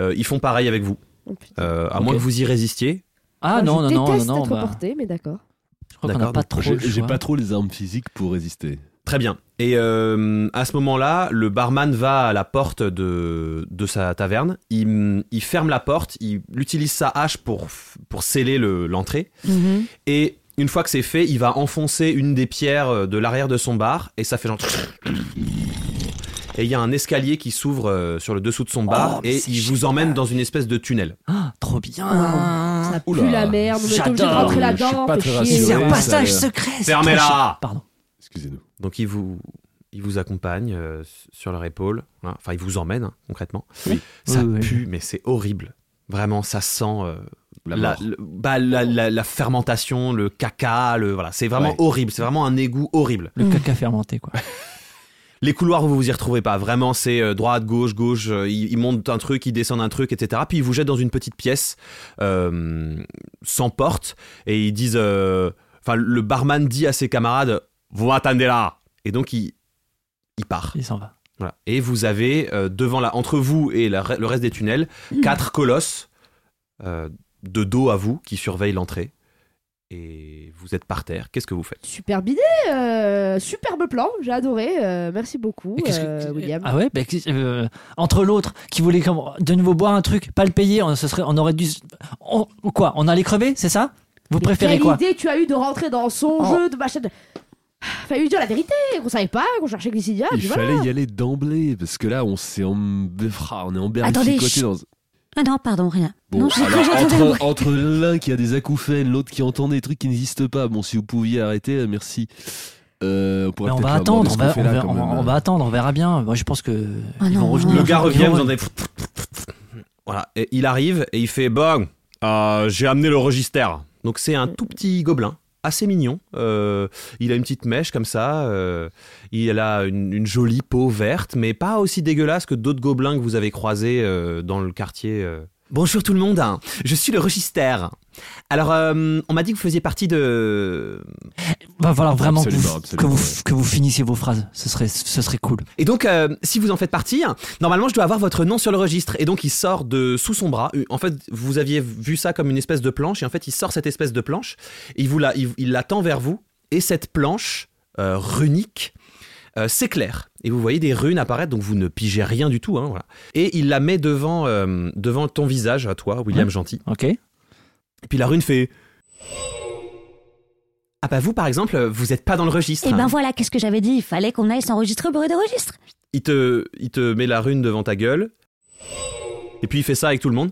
[SPEAKER 1] Euh, ils font pareil avec vous,
[SPEAKER 5] Oh, putain.
[SPEAKER 1] Euh, à
[SPEAKER 6] Ok.
[SPEAKER 1] moins que vous y résistiez.
[SPEAKER 6] Ah non, non,
[SPEAKER 5] je
[SPEAKER 6] non, non,
[SPEAKER 5] déteste
[SPEAKER 6] non.
[SPEAKER 5] être
[SPEAKER 6] bah,
[SPEAKER 5] porté, mais d'accord.
[SPEAKER 6] je crois qu'on n'a
[SPEAKER 1] D'accord,
[SPEAKER 6] pas
[SPEAKER 1] donc
[SPEAKER 6] trop.
[SPEAKER 8] J'ai
[SPEAKER 6] le
[SPEAKER 8] j'ai
[SPEAKER 6] choix.
[SPEAKER 8] pas trop les armes physiques pour résister.
[SPEAKER 1] Très bien. Et euh, à ce moment-là, le barman va à la porte de, de sa taverne. Il, il ferme la porte, il utilise sa hache pour, pour sceller le- l'entrée.
[SPEAKER 7] Mhm.
[SPEAKER 1] et une fois que c'est fait, il va enfoncer une des pierres euh, de l'arrière de son bar. Et ça fait genre. (sniffs) Et il y a un escalier qui s'ouvre euh, sur le dessous de son bar.
[SPEAKER 6] Oh, mais
[SPEAKER 1] et
[SPEAKER 6] c'est
[SPEAKER 1] il vous emmène dans une espèce de tunnel.
[SPEAKER 6] Ah, trop bien.
[SPEAKER 5] Ça
[SPEAKER 8] Oula.
[SPEAKER 5] pue la merde, on est obligé de
[SPEAKER 6] J'adore.
[SPEAKER 5] rentrer
[SPEAKER 8] Je suis
[SPEAKER 5] là-dedans.
[SPEAKER 8] pas
[SPEAKER 5] fait
[SPEAKER 8] très
[SPEAKER 5] chier.
[SPEAKER 8] rassuré.
[SPEAKER 6] C'est un
[SPEAKER 8] Ouais,
[SPEAKER 6] passage
[SPEAKER 8] ça- euh,
[SPEAKER 6] secret. Eh, c'est
[SPEAKER 1] Fermez-la.
[SPEAKER 6] trop chi- Pardon.
[SPEAKER 8] Excusez-nous.
[SPEAKER 1] Donc il vous, il vous accompagne euh, sur leur épaule. Voilà. Enfin, il vous emmène, hein, concrètement.
[SPEAKER 8] Oui.
[SPEAKER 1] Ça
[SPEAKER 6] Oui, oui.
[SPEAKER 1] pue, mais c'est horrible. Vraiment, ça sent euh,
[SPEAKER 8] La
[SPEAKER 1] la,
[SPEAKER 8] mort.
[SPEAKER 1] le- bah, la- la- la fermentation, le caca. Le, voilà. C'est vraiment
[SPEAKER 8] Ouais.
[SPEAKER 1] horrible. C'est vraiment un égout horrible.
[SPEAKER 6] Le caca fermenté, quoi.
[SPEAKER 1] Les couloirs, vous vous y retrouvez pas. Vraiment, c'est euh, droite, gauche, gauche. euh, ils, ils montent un truc, ils descendent un truc, etc. Puis ils vous jettent dans une petite pièce euh, sans porte et ils disent. euh, Enfin, le barman dit à ses camarades Vous attendez là Et donc, il, il part.
[SPEAKER 6] Il s'en va.
[SPEAKER 1] Voilà. Et vous avez euh, devant la, entre vous et la re- le reste des tunnels quatre colosses euh, de dos à vous qui surveillent l'entrée et vous êtes par terre. Qu'est-ce que vous faites
[SPEAKER 5] Superbe idée, euh, superbe plan, j'ai adoré. euh, merci beaucoup,
[SPEAKER 6] Mais qu'est-ce que-
[SPEAKER 5] euh, William.
[SPEAKER 6] Ah ouais, bah, qu'est-ce- euh, entre l'autre qui voulait comme- de nouveau boire un truc, pas le payer, on, ce serait, on aurait dû. s- on- quoi On allait crever, c'est ça Vous
[SPEAKER 5] Mais
[SPEAKER 6] préférez
[SPEAKER 5] quelle
[SPEAKER 6] quoi Oh.
[SPEAKER 5] idée tu as eu de rentrer dans son jeu de machin de- Ah, Fallait lui dire la vérité, qu'on savait pas, qu'on cherchait Glycidia,
[SPEAKER 8] Il
[SPEAKER 5] puis Ah, voilà.
[SPEAKER 8] fallait y aller d'emblée, parce que là, on s'est en... Ah, on est en
[SPEAKER 7] Attendez,
[SPEAKER 8] côté
[SPEAKER 7] chut.
[SPEAKER 8] dans...
[SPEAKER 7] Ah non, pardon, rien.
[SPEAKER 8] Bon,
[SPEAKER 7] non, j'ai cru
[SPEAKER 8] alors,
[SPEAKER 7] que j'entendais
[SPEAKER 8] entre,
[SPEAKER 7] un bruit.
[SPEAKER 8] entre l'un qui a des acouphènes, l'autre qui entend des trucs qui n'existent pas, bon, si vous pouviez arrêter, euh, merci. Euh, on pourrait
[SPEAKER 6] Mais on
[SPEAKER 8] peut-être
[SPEAKER 6] va
[SPEAKER 8] aborder
[SPEAKER 6] attendre,
[SPEAKER 8] ce
[SPEAKER 6] on
[SPEAKER 8] qu'on
[SPEAKER 6] va,
[SPEAKER 8] fait
[SPEAKER 6] on
[SPEAKER 8] là,
[SPEAKER 6] va-
[SPEAKER 8] quand
[SPEAKER 6] on-
[SPEAKER 8] même. euh.
[SPEAKER 6] on va attendre, on verra bien. Moi, je pense que
[SPEAKER 7] Ah
[SPEAKER 6] ils
[SPEAKER 7] non,
[SPEAKER 6] vont revenir.
[SPEAKER 7] non,
[SPEAKER 1] Le
[SPEAKER 7] non.
[SPEAKER 1] gars
[SPEAKER 6] Ils vont
[SPEAKER 1] revient, vous
[SPEAKER 6] re-
[SPEAKER 1] entendez. Voilà, et il arrive et il fait Bon, euh, j'ai amené le registère. Donc c'est un tout petit gobelin, assez mignon. Euh, il a une petite mèche comme ça. euh, il a une, une jolie peau verte, mais pas aussi dégueulasse que d'autres gobelins que vous avez croisés euh, dans le quartier. euh. Bonjour tout le monde, hein. je suis le registère. Alors, euh, on m'a dit que vous faisiez partie de.
[SPEAKER 6] Va falloir vraiment que
[SPEAKER 8] Ah, Absolument,
[SPEAKER 6] vous,
[SPEAKER 8] absolument,
[SPEAKER 6] que, vous,
[SPEAKER 8] ouais.
[SPEAKER 6] que vous finissiez vos phrases. Ce serait, ce serait cool.
[SPEAKER 1] Et donc, euh, si vous en faites partie, normalement, je dois avoir votre nom sur le registre. Et donc, il sort de sous son bras. Euh, En fait, vous aviez vu ça comme une espèce de planche. Et en fait, il sort cette espèce de planche. Et il, vous la, il, il la tend vers vous. Et cette planche euh, runique euh, s'éclaire. Et vous voyez des runes apparaître. Donc, vous ne pigez rien du tout. hein, voilà. Et il la met devant, euh, devant ton visage, à toi, William Gentil.
[SPEAKER 6] Ok.
[SPEAKER 1] Et puis, la rune fait. Ah, bah, vous, par exemple, vous n'êtes pas dans le registre.
[SPEAKER 7] Eh ben
[SPEAKER 1] hein.
[SPEAKER 7] voilà, qu'est-ce que j'avais dit Il fallait qu'on aille s'enregistrer au bureau de registre.
[SPEAKER 1] il te, il te met la rune devant ta gueule. Et puis il fait ça avec tout le monde.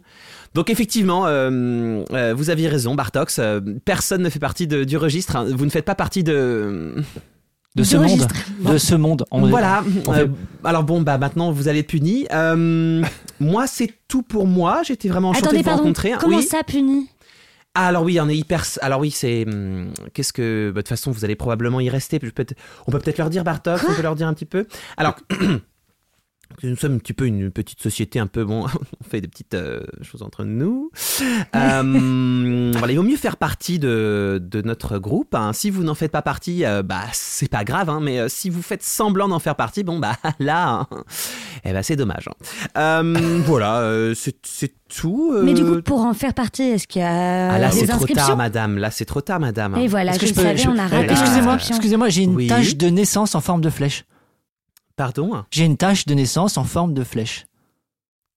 [SPEAKER 1] Donc effectivement, euh, euh, vous aviez raison, Bartox. euh, personne ne fait partie de- du registre. hein. Vous ne faites pas partie de.
[SPEAKER 6] De
[SPEAKER 7] Du
[SPEAKER 6] ce monde.
[SPEAKER 7] registre.
[SPEAKER 6] De ce monde. On-
[SPEAKER 1] voilà.
[SPEAKER 6] on
[SPEAKER 1] Euh,
[SPEAKER 6] fait-
[SPEAKER 1] alors bon, bah maintenant vous allez être punis. Euh, moi, c'est tout pour moi. J'étais vraiment enchanté
[SPEAKER 7] Attendez,
[SPEAKER 1] de vous
[SPEAKER 7] pardon.
[SPEAKER 1] rencontrer. hein.
[SPEAKER 7] Comment
[SPEAKER 1] Oui.
[SPEAKER 7] ça punit
[SPEAKER 1] Ah, alors oui, on est hyper. Alors oui, c'est. hum, Qu'est-ce que. bah, De toute façon, vous allez probablement y rester. puis peut-être- On peut peut-être leur dire, Bartok, on peut leur dire un petit peu. Alors. (clears throat) que Nous sommes un petit peu une petite société, un peu bon, (laughs) on fait des petites euh, choses entre nous. Euh, (laughs) voilà, il vaut mieux faire partie de, de notre groupe. hein. Si vous n'en faites pas partie, euh, bah c'est pas grave. hein, mais euh, si vous faites semblant d'en faire partie, bon bah (laughs) là, hein, eh ben, c'est dommage. hein. Euh, voilà, euh, c'est c'est tout.
[SPEAKER 7] Mais du
[SPEAKER 1] euh,
[SPEAKER 7] coup, pour en faire partie, est-ce qu'il y a
[SPEAKER 1] ah là,
[SPEAKER 7] des
[SPEAKER 1] c'est trop tard,
[SPEAKER 7] inscriptions
[SPEAKER 1] madame. Là, c'est trop tard, madame.
[SPEAKER 7] Et voilà,
[SPEAKER 6] Est-ce
[SPEAKER 7] je,
[SPEAKER 6] que
[SPEAKER 7] le
[SPEAKER 6] je peux-
[SPEAKER 7] savais,
[SPEAKER 6] je- Eh,
[SPEAKER 7] on a raté. les
[SPEAKER 6] Excusez-moi,
[SPEAKER 7] inscriptions.
[SPEAKER 6] excusez-moi, j'ai une
[SPEAKER 1] Oui.
[SPEAKER 6] tache de naissance en forme de flèche.
[SPEAKER 1] Pardon
[SPEAKER 6] J'ai une tache de naissance en forme de flèche.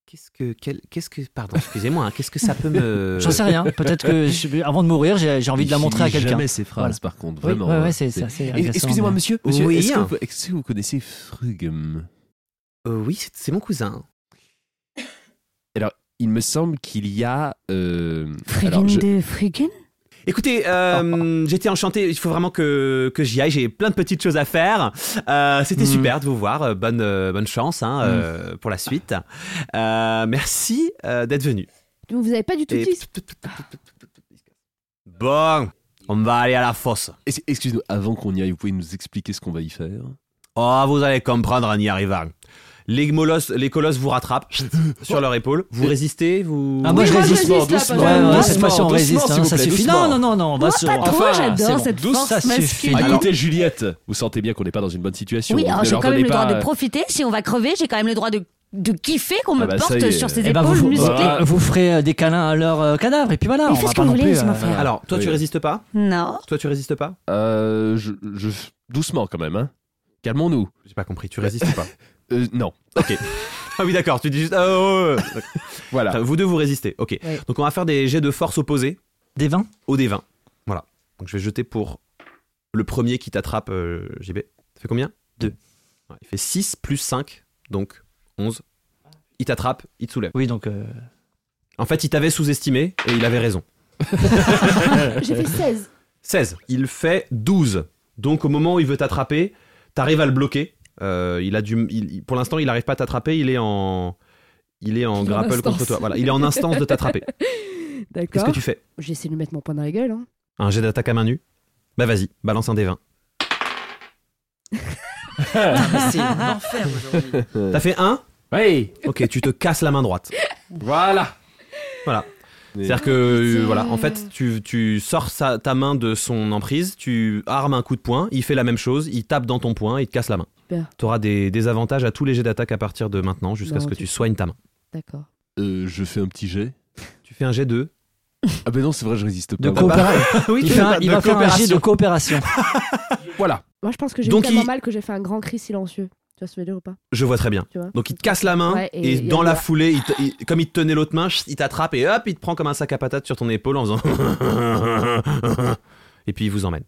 [SPEAKER 1] Qu'est-ce que. quel- Qu'est-ce que. Pardon, excusez-moi. hein, Qu'est-ce que ça peut me.
[SPEAKER 6] J'en sais rien. Peut-être que je- avant de mourir, j'ai j'ai envie de la
[SPEAKER 8] Il
[SPEAKER 6] montrer à
[SPEAKER 8] finit
[SPEAKER 6] quelqu'un.
[SPEAKER 8] Jamais ces phrases, par contre,
[SPEAKER 6] Oui,
[SPEAKER 8] vraiment.
[SPEAKER 6] ouais, ouais,
[SPEAKER 8] hein.
[SPEAKER 6] c'est ça. c'est
[SPEAKER 8] Et-
[SPEAKER 6] agaçant,
[SPEAKER 8] Excusez-moi,
[SPEAKER 6] mais-
[SPEAKER 8] monsieur. monsieur,
[SPEAKER 1] Oui,
[SPEAKER 8] Est-ce que,
[SPEAKER 1] hein.
[SPEAKER 8] vous- est-ce que vous connaissez Frugum
[SPEAKER 1] Euh, oui, c'est c'est mon cousin.
[SPEAKER 8] Il me semble qu'il y a. euh, alors,
[SPEAKER 7] Friggin
[SPEAKER 8] je-
[SPEAKER 7] de Friggin
[SPEAKER 1] Écoutez, euh, j'étais enchanté. Il faut vraiment que, que j'y aille. J'ai plein de petites choses à faire. Euh, C'était
[SPEAKER 6] Mm.
[SPEAKER 1] super de vous voir. euh, Bonne, euh, bonne chance hein, euh, pour la suite. Euh, merci euh, d'être venu.
[SPEAKER 5] Donc, Vous avez pas du tout
[SPEAKER 1] Et-
[SPEAKER 5] dit.
[SPEAKER 1] Bon, on va aller à la fosse.
[SPEAKER 8] es- Excusez-nous, avant qu'on y aille, vous pouvez nous expliquer ce qu'on va y faire
[SPEAKER 1] Oh, vous allez comprendre en y arrivant. Les, molosses, les colosses vous (laughs) rattrapent sur leur épaule. Vous résistez vous...
[SPEAKER 6] Ah, moi,
[SPEAKER 5] Oui,
[SPEAKER 6] je
[SPEAKER 5] moi, je
[SPEAKER 6] résiste.
[SPEAKER 5] résiste, là,
[SPEAKER 6] Doucement,
[SPEAKER 5] parce que-
[SPEAKER 6] ouais, ouais,
[SPEAKER 5] Doucement,
[SPEAKER 6] cette fois-ci, on
[SPEAKER 8] doucement,
[SPEAKER 6] résiste.
[SPEAKER 8] s'il
[SPEAKER 6] hein,
[SPEAKER 8] vous
[SPEAKER 6] ça
[SPEAKER 8] plaît,
[SPEAKER 6] suffit.
[SPEAKER 8] doucement.
[SPEAKER 6] Non, non, non, non. On va
[SPEAKER 4] Moi,
[SPEAKER 6] se-
[SPEAKER 4] pas trop,
[SPEAKER 6] enfin,
[SPEAKER 4] j'adore
[SPEAKER 6] c'est bon.
[SPEAKER 4] cette
[SPEAKER 6] Douce,
[SPEAKER 4] force
[SPEAKER 6] ça suffit.
[SPEAKER 4] masculine.
[SPEAKER 8] Ah,
[SPEAKER 4] Alors-
[SPEAKER 8] écoutez, Juliette, vous sentez bien qu'on n'est pas dans une bonne situation.
[SPEAKER 7] Oui,
[SPEAKER 8] donc
[SPEAKER 7] alors
[SPEAKER 8] ne
[SPEAKER 7] j'ai
[SPEAKER 8] leur
[SPEAKER 7] quand même
[SPEAKER 8] donnez
[SPEAKER 7] le droit
[SPEAKER 8] pas-
[SPEAKER 7] de profiter. Si on va crever, j'ai quand même le droit de, de kiffer qu'on me
[SPEAKER 8] Ah bah, ça y est.
[SPEAKER 7] porte sur ses
[SPEAKER 6] Eh
[SPEAKER 7] épaules
[SPEAKER 6] ben, vous, vous,
[SPEAKER 7] musclées.
[SPEAKER 8] Voilà.
[SPEAKER 6] vous ferez euh, des câlins à leur euh, cadavre et puis voilà.
[SPEAKER 7] Mais
[SPEAKER 6] on
[SPEAKER 7] faites
[SPEAKER 6] va
[SPEAKER 7] ce
[SPEAKER 6] pas
[SPEAKER 7] que vous
[SPEAKER 6] non
[SPEAKER 7] voulez,
[SPEAKER 6] plus,
[SPEAKER 7] laissez-moi
[SPEAKER 6] euh,
[SPEAKER 7] faire.
[SPEAKER 1] Alors, toi,
[SPEAKER 8] Oui.
[SPEAKER 1] tu résistes pas
[SPEAKER 7] Non.
[SPEAKER 1] Toi, tu résistes pas
[SPEAKER 8] Euh, je, je- Doucement quand même, hein. Calmons-nous.
[SPEAKER 1] J'ai pas compris. Tu résistes pas
[SPEAKER 8] Euh, non.
[SPEAKER 1] (laughs) Ah oui, d'accord. Tu dis juste. ah, (laughs) ouais, ouais, ouais.
[SPEAKER 8] Voilà.
[SPEAKER 1] Enfin, vous deux, vous résistez. Ok.
[SPEAKER 6] Ouais.
[SPEAKER 1] Donc, on va faire des jets de force opposés
[SPEAKER 6] Des vins.
[SPEAKER 1] au D20. Voilà. Donc, je vais jeter pour le premier qui t'attrape, euh, JB. Ça fait combien 2. il fait 6 plus 5. Donc, 11. Il t'attrape, il te soulève.
[SPEAKER 6] Oui, donc. euh,
[SPEAKER 1] En fait, il t'avait sous-estimé et il avait raison.
[SPEAKER 5] J'ai fait 16.
[SPEAKER 1] 16. Il fait 12. Donc au moment où il veut t'attraper, t'arrives à le bloquer. Euh, il a du, il- il- pour l'instant, il n'arrive pas à t'attraper. Il est en, il est en
[SPEAKER 5] Il est en
[SPEAKER 1] grapple
[SPEAKER 5] instance.
[SPEAKER 1] contre toi. Voilà, il est en instance de (laughs) t'attraper. Qu'est-ce
[SPEAKER 5] D'accord.
[SPEAKER 1] que tu fais
[SPEAKER 5] J'essaie de lui mettre mon poing dans la gueule. Hein.
[SPEAKER 1] Un jet d'attaque à main nue Bah vas-y, balance un des 20.
[SPEAKER 6] c'est un enfer aujourd'hui.
[SPEAKER 1] T'as fait 1
[SPEAKER 8] Oui.
[SPEAKER 1] Ok, tu te casses la main droite.
[SPEAKER 8] Voilà.
[SPEAKER 1] C'est-à-dire que euh, voilà, en fait, tu, tu sors sa- ta main de son emprise, tu armes un coup de poing, il fait la même chose, il tape dans ton poing, il te casse la main.
[SPEAKER 5] Super.
[SPEAKER 1] T'auras des, des avantages à tous les jets d'attaque à partir de maintenant jusqu'à
[SPEAKER 5] Non,
[SPEAKER 1] ce que
[SPEAKER 5] tu-
[SPEAKER 1] tu soignes ta main.
[SPEAKER 5] D'accord.
[SPEAKER 8] Euh, je fais un petit jet.
[SPEAKER 1] Tu fais un jet de
[SPEAKER 8] Ah ben non, c'est vrai, je résiste
[SPEAKER 6] De
[SPEAKER 8] pas.
[SPEAKER 6] coopéra-
[SPEAKER 1] oui,
[SPEAKER 6] il
[SPEAKER 1] tu
[SPEAKER 6] fait un-
[SPEAKER 1] fais pas
[SPEAKER 6] il
[SPEAKER 1] de
[SPEAKER 6] va faire un jet de coopération.
[SPEAKER 3] Voilà.
[SPEAKER 5] Moi, je pense que j'ai eu
[SPEAKER 1] Donc,
[SPEAKER 5] tellement
[SPEAKER 1] il-
[SPEAKER 5] mal que j'ai fait un grand cri silencieux. Tu vois ce que je veux dire ou pas
[SPEAKER 1] Je vois très bien.
[SPEAKER 5] tu vois
[SPEAKER 1] Donc il te casse la main
[SPEAKER 5] Ouais,
[SPEAKER 1] et,
[SPEAKER 5] et- et
[SPEAKER 1] dans
[SPEAKER 5] il
[SPEAKER 1] la
[SPEAKER 5] va-
[SPEAKER 1] foulée, il te- il- comme il te tenait l'autre main, il t'attrape et hop, il te prend comme un sac à patates sur ton épaule en faisant (laughs) et puis il vous emmène.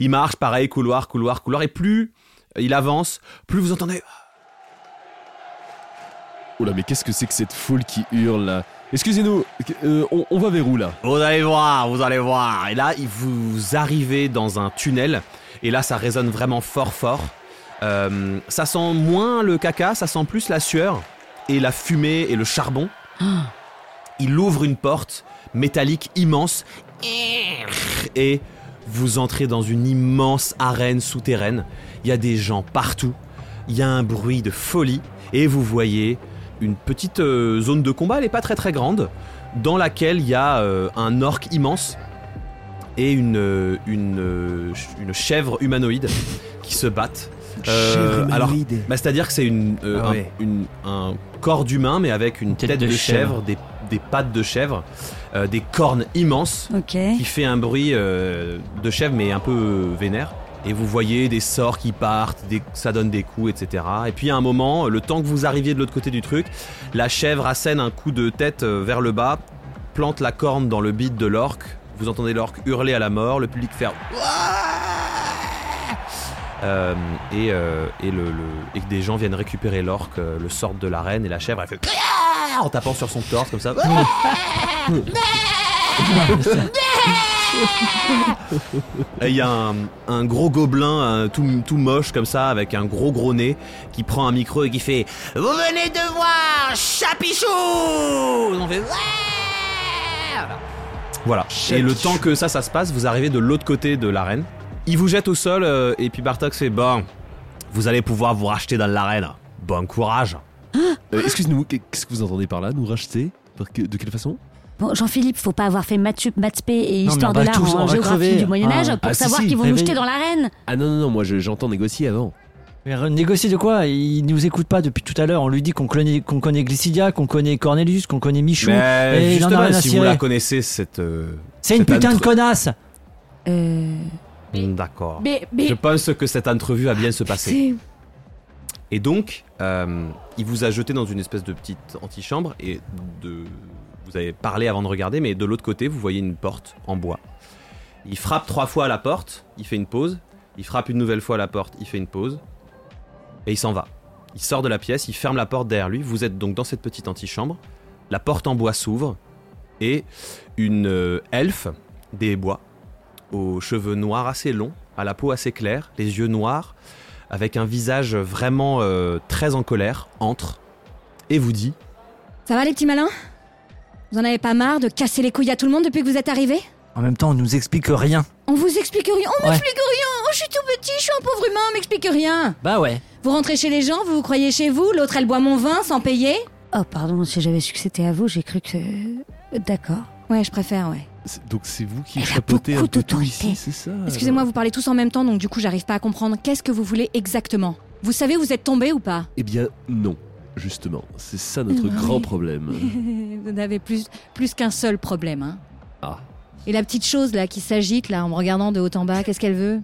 [SPEAKER 1] Il marche pareil, couloir, couloir, couloir et plus il avance, plus vous entendez.
[SPEAKER 8] Oh là, mais qu'est-ce que c'est que cette foule qui hurle là Excusez-nous, euh, on, on va vers où là
[SPEAKER 1] Vous allez voir, vous allez voir. Et là, il- vous arrivez dans un tunnel et là, ça résonne vraiment fort, fort. Euh, ça sent moins le caca, ça sent plus la sueur et la fumée et le charbon. Il ouvre une porte métallique immense et vous entrez dans une immense arène souterraine. Il y a des gens partout, il y a un bruit de folie et vous voyez une petite euh, zone de combat, elle n'est pas très très grande, dans laquelle il y a euh, un orc immense et une, euh, une, euh, ch- une chèvre humanoïde qui se battent. Euh, alors, bah, C'est-à-dire que c'est une, euh,
[SPEAKER 6] Ah
[SPEAKER 1] un,
[SPEAKER 6] ouais.
[SPEAKER 1] une- un corps d'humain, mais avec une tête, de, chèvre, des, des pattes de chèvre, euh, des cornes immenses,
[SPEAKER 7] Ok.
[SPEAKER 1] qui fait un bruit euh, de chèvre, mais un peu euh, vénère. Et vous voyez des sorts qui partent, des- ça donne des coups, etc. Et puis à un moment, le temps que vous arriviez de l'autre côté du truc, la chèvre assène un coup de tête euh, vers le bas, plante la corne dans le bide de l'orque. Vous entendez l'orque hurler à la mort, le public faire. Euh, et, euh, et le, le- et que des gens viennent récupérer l'orque, euh, le sort de la reine, et la chèvre, elle fait. En tapant sur son torse comme ça. Et Il y a un, un gros gobelin euh, tout, tout moche comme ça, avec un gros gros nez, qui prend un micro et qui fait Vous venez de voir Chapichou Et On fait Ouais Voilà. Et le temps que ça, ça se passe, vous arrivez de l'autre côté de l'arène. Il vous jette au sol euh, et puis Bartok fait Bon, vous allez pouvoir vous racheter dans l'arène. Bon courage.
[SPEAKER 8] Euh, Excusez-nous, qu'est-ce que vous entendez par là Nous racheter Par que- De quelle façon
[SPEAKER 7] Bon, Jean-Philippe, faut pas avoir fait maths sup, maths spé et
[SPEAKER 6] Non,
[SPEAKER 7] histoire
[SPEAKER 6] mais on
[SPEAKER 7] de
[SPEAKER 6] va
[SPEAKER 7] l'art
[SPEAKER 6] tous- on
[SPEAKER 7] en
[SPEAKER 6] va
[SPEAKER 7] géographie
[SPEAKER 6] crever.
[SPEAKER 7] du Moyen Âge
[SPEAKER 8] Ah,
[SPEAKER 7] pour
[SPEAKER 8] ah, si,
[SPEAKER 7] savoir
[SPEAKER 8] si,
[SPEAKER 7] qu'ils vont nous
[SPEAKER 6] réveille.
[SPEAKER 7] jeter dans l'arène.
[SPEAKER 8] Ah non, non, non, moi je- j'entends négocier avant.
[SPEAKER 6] Mais re- négocier de quoi Il nous écoute pas depuis tout à l'heure. On lui dit qu'on connaît, qu'on connaît Glycidia, qu'on connaît Cornelius, qu'on connaît Michou.
[SPEAKER 1] Mais
[SPEAKER 6] et il en a
[SPEAKER 1] justement,
[SPEAKER 6] rien à
[SPEAKER 1] si
[SPEAKER 6] cirer.
[SPEAKER 1] vous la connaissez, cette. euh,
[SPEAKER 6] C'est une
[SPEAKER 1] c'est un
[SPEAKER 6] putain de
[SPEAKER 1] truc.
[SPEAKER 6] connasse
[SPEAKER 4] Euh,
[SPEAKER 1] D'accord.
[SPEAKER 5] Mais, mais,
[SPEAKER 1] Je pense que cette entrevue va bien se passer.
[SPEAKER 5] c'est-
[SPEAKER 1] Et donc, euh, il vous a jeté dans une espèce de petite antichambre et de... vous avez parlé avant de regarder, mais de l'autre côté, vous voyez une porte en bois. Il frappe trois fois à la porte, il fait une pause, il frappe une nouvelle fois à la porte, il fait une pause, et il s'en va. Il sort de la pièce, il ferme la porte derrière lui, vous êtes donc dans cette petite antichambre, la porte en bois s'ouvre, et une euh, elfe des bois, aux cheveux noirs assez longs, à la peau assez claire, les yeux noirs, avec un visage vraiment euh, très en colère, entre et vous dit
[SPEAKER 10] Ça va les petits malins Vous en avez pas marre de casser les couilles à tout le monde depuis que vous êtes arrivés
[SPEAKER 6] En même temps, on nous explique rien.
[SPEAKER 10] On vous explique rien, on
[SPEAKER 6] Ouais.
[SPEAKER 10] m'explique rien Oh, je suis tout petit, je suis un pauvre humain, on m'explique rien
[SPEAKER 6] Bah ouais.
[SPEAKER 10] Vous rentrez chez les gens, vous vous croyez chez vous, l'autre elle boit mon vin sans payer
[SPEAKER 7] Oh, pardon, si j'avais su que c'était à vous, j'ai cru que. D'accord.
[SPEAKER 10] Ouais, je préfère, ouais.
[SPEAKER 8] C'est- Donc c'est vous qui
[SPEAKER 7] Elle a
[SPEAKER 8] chapeautez un
[SPEAKER 7] beaucoup
[SPEAKER 8] peu tout
[SPEAKER 7] d'autorité.
[SPEAKER 8] ici, c'est ça
[SPEAKER 10] Excusez-moi, vous parlez tous en même temps, donc du coup j'arrive pas à comprendre qu'est-ce que vous voulez exactement. Vous savez où vous êtes tombé ou pas
[SPEAKER 8] Eh bien non, justement, c'est ça notre
[SPEAKER 10] Non,
[SPEAKER 8] grand
[SPEAKER 10] mais-
[SPEAKER 8] problème.
[SPEAKER 10] (laughs) Vous n'avez plus, plus qu'un seul problème, hein.
[SPEAKER 8] Ah.
[SPEAKER 10] Et la petite chose là qui s'agite là en me regardant de haut en bas, qu'est-ce qu'elle veut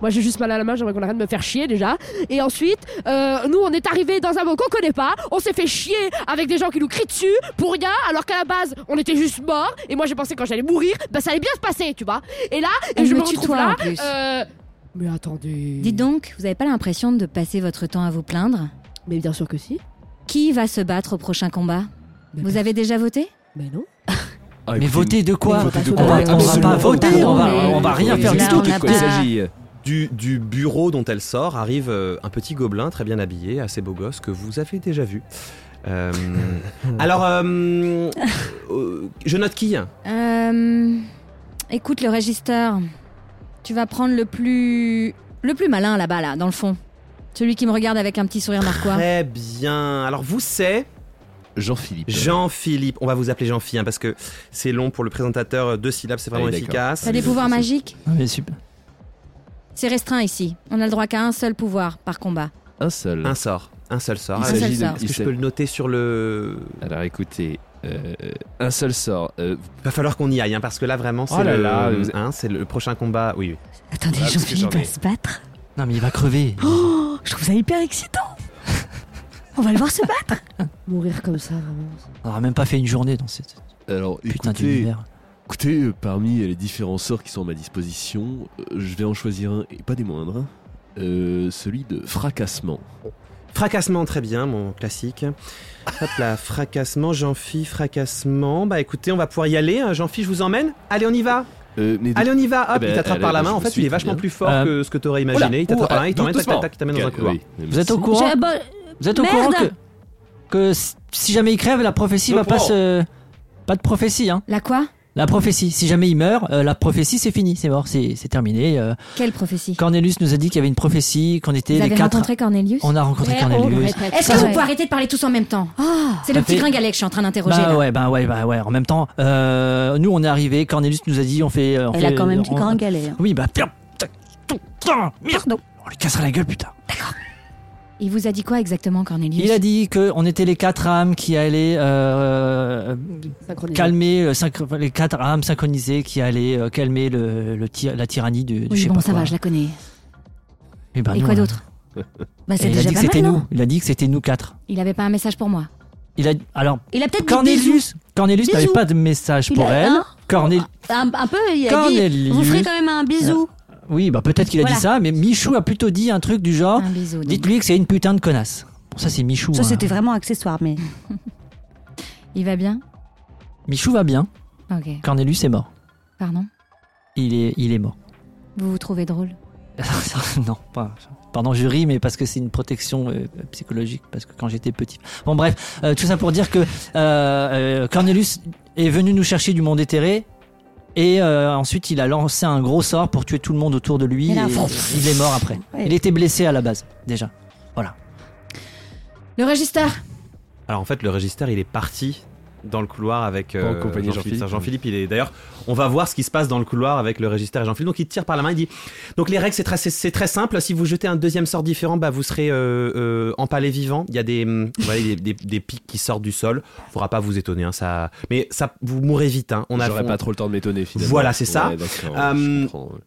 [SPEAKER 5] Moi, j'ai juste mal à la main, j'aimerais qu'on arrête de me faire chier déjà. Et ensuite, euh, nous, on est arrivés dans un monde qu'on connaît pas, on s'est fait chier avec des gens qui nous crient dessus pour rien, alors qu'à la base, on était juste morts. Et moi, j'ai pensé quand j'allais mourir, bah ça allait bien se passer, tu vois. Et là, et
[SPEAKER 10] Elle
[SPEAKER 5] je
[SPEAKER 10] me
[SPEAKER 5] me,
[SPEAKER 10] tutoie,
[SPEAKER 5] retrouve là.
[SPEAKER 10] en plus.
[SPEAKER 5] euh, Mais attendez.
[SPEAKER 10] Dites donc, vous avez pas l'impression de passer votre temps à vous plaindre
[SPEAKER 5] Mais bien sûr que si.
[SPEAKER 10] Qui va se battre au prochain combat
[SPEAKER 5] Mais
[SPEAKER 10] Vous
[SPEAKER 5] pas-
[SPEAKER 10] avez déjà voté
[SPEAKER 5] Mais non.
[SPEAKER 8] Ah,
[SPEAKER 6] Mais
[SPEAKER 8] écoutez,
[SPEAKER 6] voter de quoi
[SPEAKER 8] mais votez de
[SPEAKER 6] On va,
[SPEAKER 8] quoi
[SPEAKER 6] on va pas
[SPEAKER 8] Absolument.
[SPEAKER 6] voter, Oh, on va,
[SPEAKER 7] Pardon,
[SPEAKER 6] on va
[SPEAKER 7] mais-
[SPEAKER 6] rien faire
[SPEAKER 7] Là,
[SPEAKER 6] du tout.
[SPEAKER 7] on n'a
[SPEAKER 8] de quoi il
[SPEAKER 7] pas-
[SPEAKER 8] s'agit.
[SPEAKER 6] euh,
[SPEAKER 1] du, du bureau dont elle sort arrive euh, un petit gobelin très bien habillé, assez beau gosse, que vous avez déjà vu. Euh, alors, euh, euh, je note qui
[SPEAKER 10] Euh, Écoute le régisseur, tu vas prendre le plus le plus malin là-bas là, dans le fond. Celui qui me regarde avec un petit sourire narquois.
[SPEAKER 1] Très bien. Alors, vous, c'est
[SPEAKER 8] Jean-Philippe.
[SPEAKER 1] Jean-Philippe. On va vous appeler Jean-Philippe parce que c'est long pour le présentateur. Deux syllabes, c'est vraiment
[SPEAKER 8] Allez, d'accord.
[SPEAKER 1] efficace.
[SPEAKER 10] T'as des pouvoirs magiques
[SPEAKER 6] Ah, mais super.
[SPEAKER 10] C'est restreint ici. On a le droit qu'à un seul pouvoir par combat.
[SPEAKER 8] Un seul.
[SPEAKER 1] Un sort. Un seul sort.
[SPEAKER 8] Il
[SPEAKER 10] Un seul
[SPEAKER 8] s'agit de...
[SPEAKER 10] sort.
[SPEAKER 1] Est-ce
[SPEAKER 8] il
[SPEAKER 1] que je
[SPEAKER 8] s'agit-
[SPEAKER 1] peux le noter sur le.
[SPEAKER 8] Alors écoutez, euh, un seul sort. Euh,
[SPEAKER 1] Va falloir qu'on y aille, hein, parce que là vraiment, c'est
[SPEAKER 8] Oh là
[SPEAKER 1] le,
[SPEAKER 8] là, vous-
[SPEAKER 1] hein, c'est le prochain combat. Oui, oui.
[SPEAKER 7] Attendez,
[SPEAKER 8] Ah, parce que
[SPEAKER 7] Jean-Philippe
[SPEAKER 8] j'en ai-
[SPEAKER 7] va se battre.
[SPEAKER 6] Non, mais il va (gasps) crever.
[SPEAKER 7] Oh, je trouve ça hyper excitant. On va le voir se battre.
[SPEAKER 5] Mourir comme ça, vraiment.
[SPEAKER 6] On n'aura même pas fait une journée dans cette
[SPEAKER 8] alors,
[SPEAKER 6] putain
[SPEAKER 8] écoutez,
[SPEAKER 6] d'univers.
[SPEAKER 8] écoutez, euh, parmi les différents sorts qui sont à ma disposition, euh, je vais en choisir un, et pas des moindres, hein. euh, celui de fracassement.
[SPEAKER 1] Fracassement, très bien, mon classique. Hop là, fracassement, Jean-Phi, fracassement. Bah écoutez, on va pouvoir y aller. hein. Jean-Phi, je vous emmène. Allez, on y va.
[SPEAKER 8] Euh, mais de-
[SPEAKER 1] Allez, on y va. Hop,
[SPEAKER 8] Eh ben,
[SPEAKER 1] il t'attrape
[SPEAKER 8] allez,
[SPEAKER 1] par la
[SPEAKER 8] bah,
[SPEAKER 1] main.
[SPEAKER 8] je
[SPEAKER 1] En
[SPEAKER 8] vous
[SPEAKER 1] fait,
[SPEAKER 8] suis,
[SPEAKER 1] il est
[SPEAKER 8] très
[SPEAKER 1] vachement
[SPEAKER 8] bien.
[SPEAKER 1] plus fort
[SPEAKER 6] Euh,
[SPEAKER 1] que ce que t'aurais imaginé.
[SPEAKER 8] Oula,
[SPEAKER 1] il t'attrape par la
[SPEAKER 8] oh,
[SPEAKER 1] main, il t'emmène, tac, tac,
[SPEAKER 8] doucement.
[SPEAKER 1] tac, il t'amène dans un
[SPEAKER 8] Ok,
[SPEAKER 1] couloir.
[SPEAKER 8] oui, mais
[SPEAKER 6] Vous êtes au
[SPEAKER 8] si-
[SPEAKER 6] courant
[SPEAKER 10] J'ai- bah,
[SPEAKER 6] Vous êtes au
[SPEAKER 10] Merde.
[SPEAKER 6] courant que, que si- si jamais il crève, la prophétie
[SPEAKER 1] Je
[SPEAKER 6] va pas
[SPEAKER 1] prends.
[SPEAKER 6] se. Pas de prophétie, hein.
[SPEAKER 10] La quoi
[SPEAKER 6] La prophétie. Si jamais il meurt, euh, la prophétie c'est fini, c'est mort, c'est c'est terminé. euh.
[SPEAKER 10] Quelle prophétie
[SPEAKER 6] Cornelius nous a dit qu'il y avait une prophétie, qu'on était
[SPEAKER 10] Vous
[SPEAKER 6] les
[SPEAKER 10] avez
[SPEAKER 6] quatre.
[SPEAKER 10] rencontré Cornelius
[SPEAKER 6] On a rencontré Cornelius.
[SPEAKER 10] Est-ce que
[SPEAKER 6] Ça,
[SPEAKER 10] vous
[SPEAKER 6] ouais. Ah.
[SPEAKER 10] pouvez arrêter de parler tous en même temps C'est le
[SPEAKER 6] Ça
[SPEAKER 10] petit
[SPEAKER 6] fait-
[SPEAKER 10] gringalet que je suis en train d'interroger
[SPEAKER 6] Bah
[SPEAKER 10] là.
[SPEAKER 6] ouais, bah ouais, bah ouais. En même temps, euh, nous on est arrivés, Cornelius nous a dit on fait. euh, on
[SPEAKER 7] Elle a
[SPEAKER 6] fait-
[SPEAKER 7] quand même du
[SPEAKER 6] on-
[SPEAKER 7] grand galère.
[SPEAKER 6] Oui, bah putain, putain, merde. On lui cassera la gueule, putain.
[SPEAKER 10] Il vous a dit quoi exactement, Cornelius
[SPEAKER 6] Il a dit qu'on était les quatre âmes qui allaient euh,
[SPEAKER 5] Synchronisé.
[SPEAKER 6] calmer euh, synch- les quatre âmes synchronisées qui allaient euh, calmer le, le ty- la tyrannie du. du je
[SPEAKER 10] Oui,
[SPEAKER 6] sais
[SPEAKER 10] bon,
[SPEAKER 6] pas
[SPEAKER 10] ça
[SPEAKER 6] quoi.
[SPEAKER 10] va, je la connais.
[SPEAKER 6] Eh ben,
[SPEAKER 10] Et
[SPEAKER 6] nous,
[SPEAKER 10] quoi
[SPEAKER 6] hein. (laughs)
[SPEAKER 10] d'autre Bah,
[SPEAKER 6] Et
[SPEAKER 10] c'est
[SPEAKER 6] Il a
[SPEAKER 10] déjà
[SPEAKER 6] dit que
[SPEAKER 10] pas
[SPEAKER 6] c'était
[SPEAKER 10] mal, non
[SPEAKER 6] nous. Il a dit que c'était nous quatre.
[SPEAKER 10] Il avait pas un message pour moi.
[SPEAKER 6] Il a alors
[SPEAKER 10] Il a peut-être dit bisous.
[SPEAKER 6] Cornelius. Cornelius n'avait
[SPEAKER 10] Bisous.
[SPEAKER 6] pas de message
[SPEAKER 7] Il
[SPEAKER 6] pour
[SPEAKER 7] a-
[SPEAKER 6] elle.
[SPEAKER 7] hein
[SPEAKER 6] Cornel-
[SPEAKER 7] Un, un peu, il a dit,
[SPEAKER 6] Cornelius.
[SPEAKER 7] vous ferez quand même un bisou.
[SPEAKER 6] Oui, bah peut-être qu'il a
[SPEAKER 10] Voilà. Ah.
[SPEAKER 6] dit ça, mais Michou a plutôt dit un truc du genre.
[SPEAKER 10] Un bisou. donc.
[SPEAKER 6] Dites-lui que c'est une putain de connasse. Bon, ça c'est Michou.
[SPEAKER 7] Ça,
[SPEAKER 6] hein.
[SPEAKER 7] c'était vraiment accessoire, mais
[SPEAKER 10] Il va bien
[SPEAKER 6] Michou va bien.
[SPEAKER 10] Ok,
[SPEAKER 6] Cornelius est mort.
[SPEAKER 10] pardon.
[SPEAKER 6] Il est, il est mort. (laughs)
[SPEAKER 10] Vous vous trouvez drôle
[SPEAKER 6] non, pas. Pardon, je ris, mais parce que c'est une protection euh, psychologique, parce que quand j'étais petit. Bon, bref, euh, tout ça pour dire que euh, euh, Cornelius est venu nous chercher du monde éthéré, et euh, ensuite il a lancé un gros sort pour tuer tout le monde autour de lui,
[SPEAKER 7] Et là,
[SPEAKER 6] et il est mort après.
[SPEAKER 7] Ouais.
[SPEAKER 6] Il était blessé à la base, déjà.
[SPEAKER 10] Le registre
[SPEAKER 1] Alors en fait, le régisseur, il est parti dans le couloir avec euh,
[SPEAKER 8] En compagnie de
[SPEAKER 1] Jean-Philippe.
[SPEAKER 8] Jean-Philippe.
[SPEAKER 1] Jean-Philippe, il est d'ailleurs. On va voir ce qui se passe dans le couloir avec le régisseur et Jean-Philippe. Donc il tire par la main, il dit. Donc les règles, c'est très, c'est- c'est très simple. Si vous jetez un deuxième sort différent, bah vous serez euh, euh, empalé vivant. Il y a des, hum, vous voyez, des, des- des pics qui sortent du sol. Faudra pas vous étonner, hein, ça. Mais ça, vous mourrez vite. hein. On a.
[SPEAKER 8] J'aurais
[SPEAKER 1] on-
[SPEAKER 8] pas trop le temps de m'étonner finalement.
[SPEAKER 1] Voilà, c'est ça.
[SPEAKER 8] Ouais, d'accord,
[SPEAKER 1] Euh,
[SPEAKER 8] je comprends, ouais.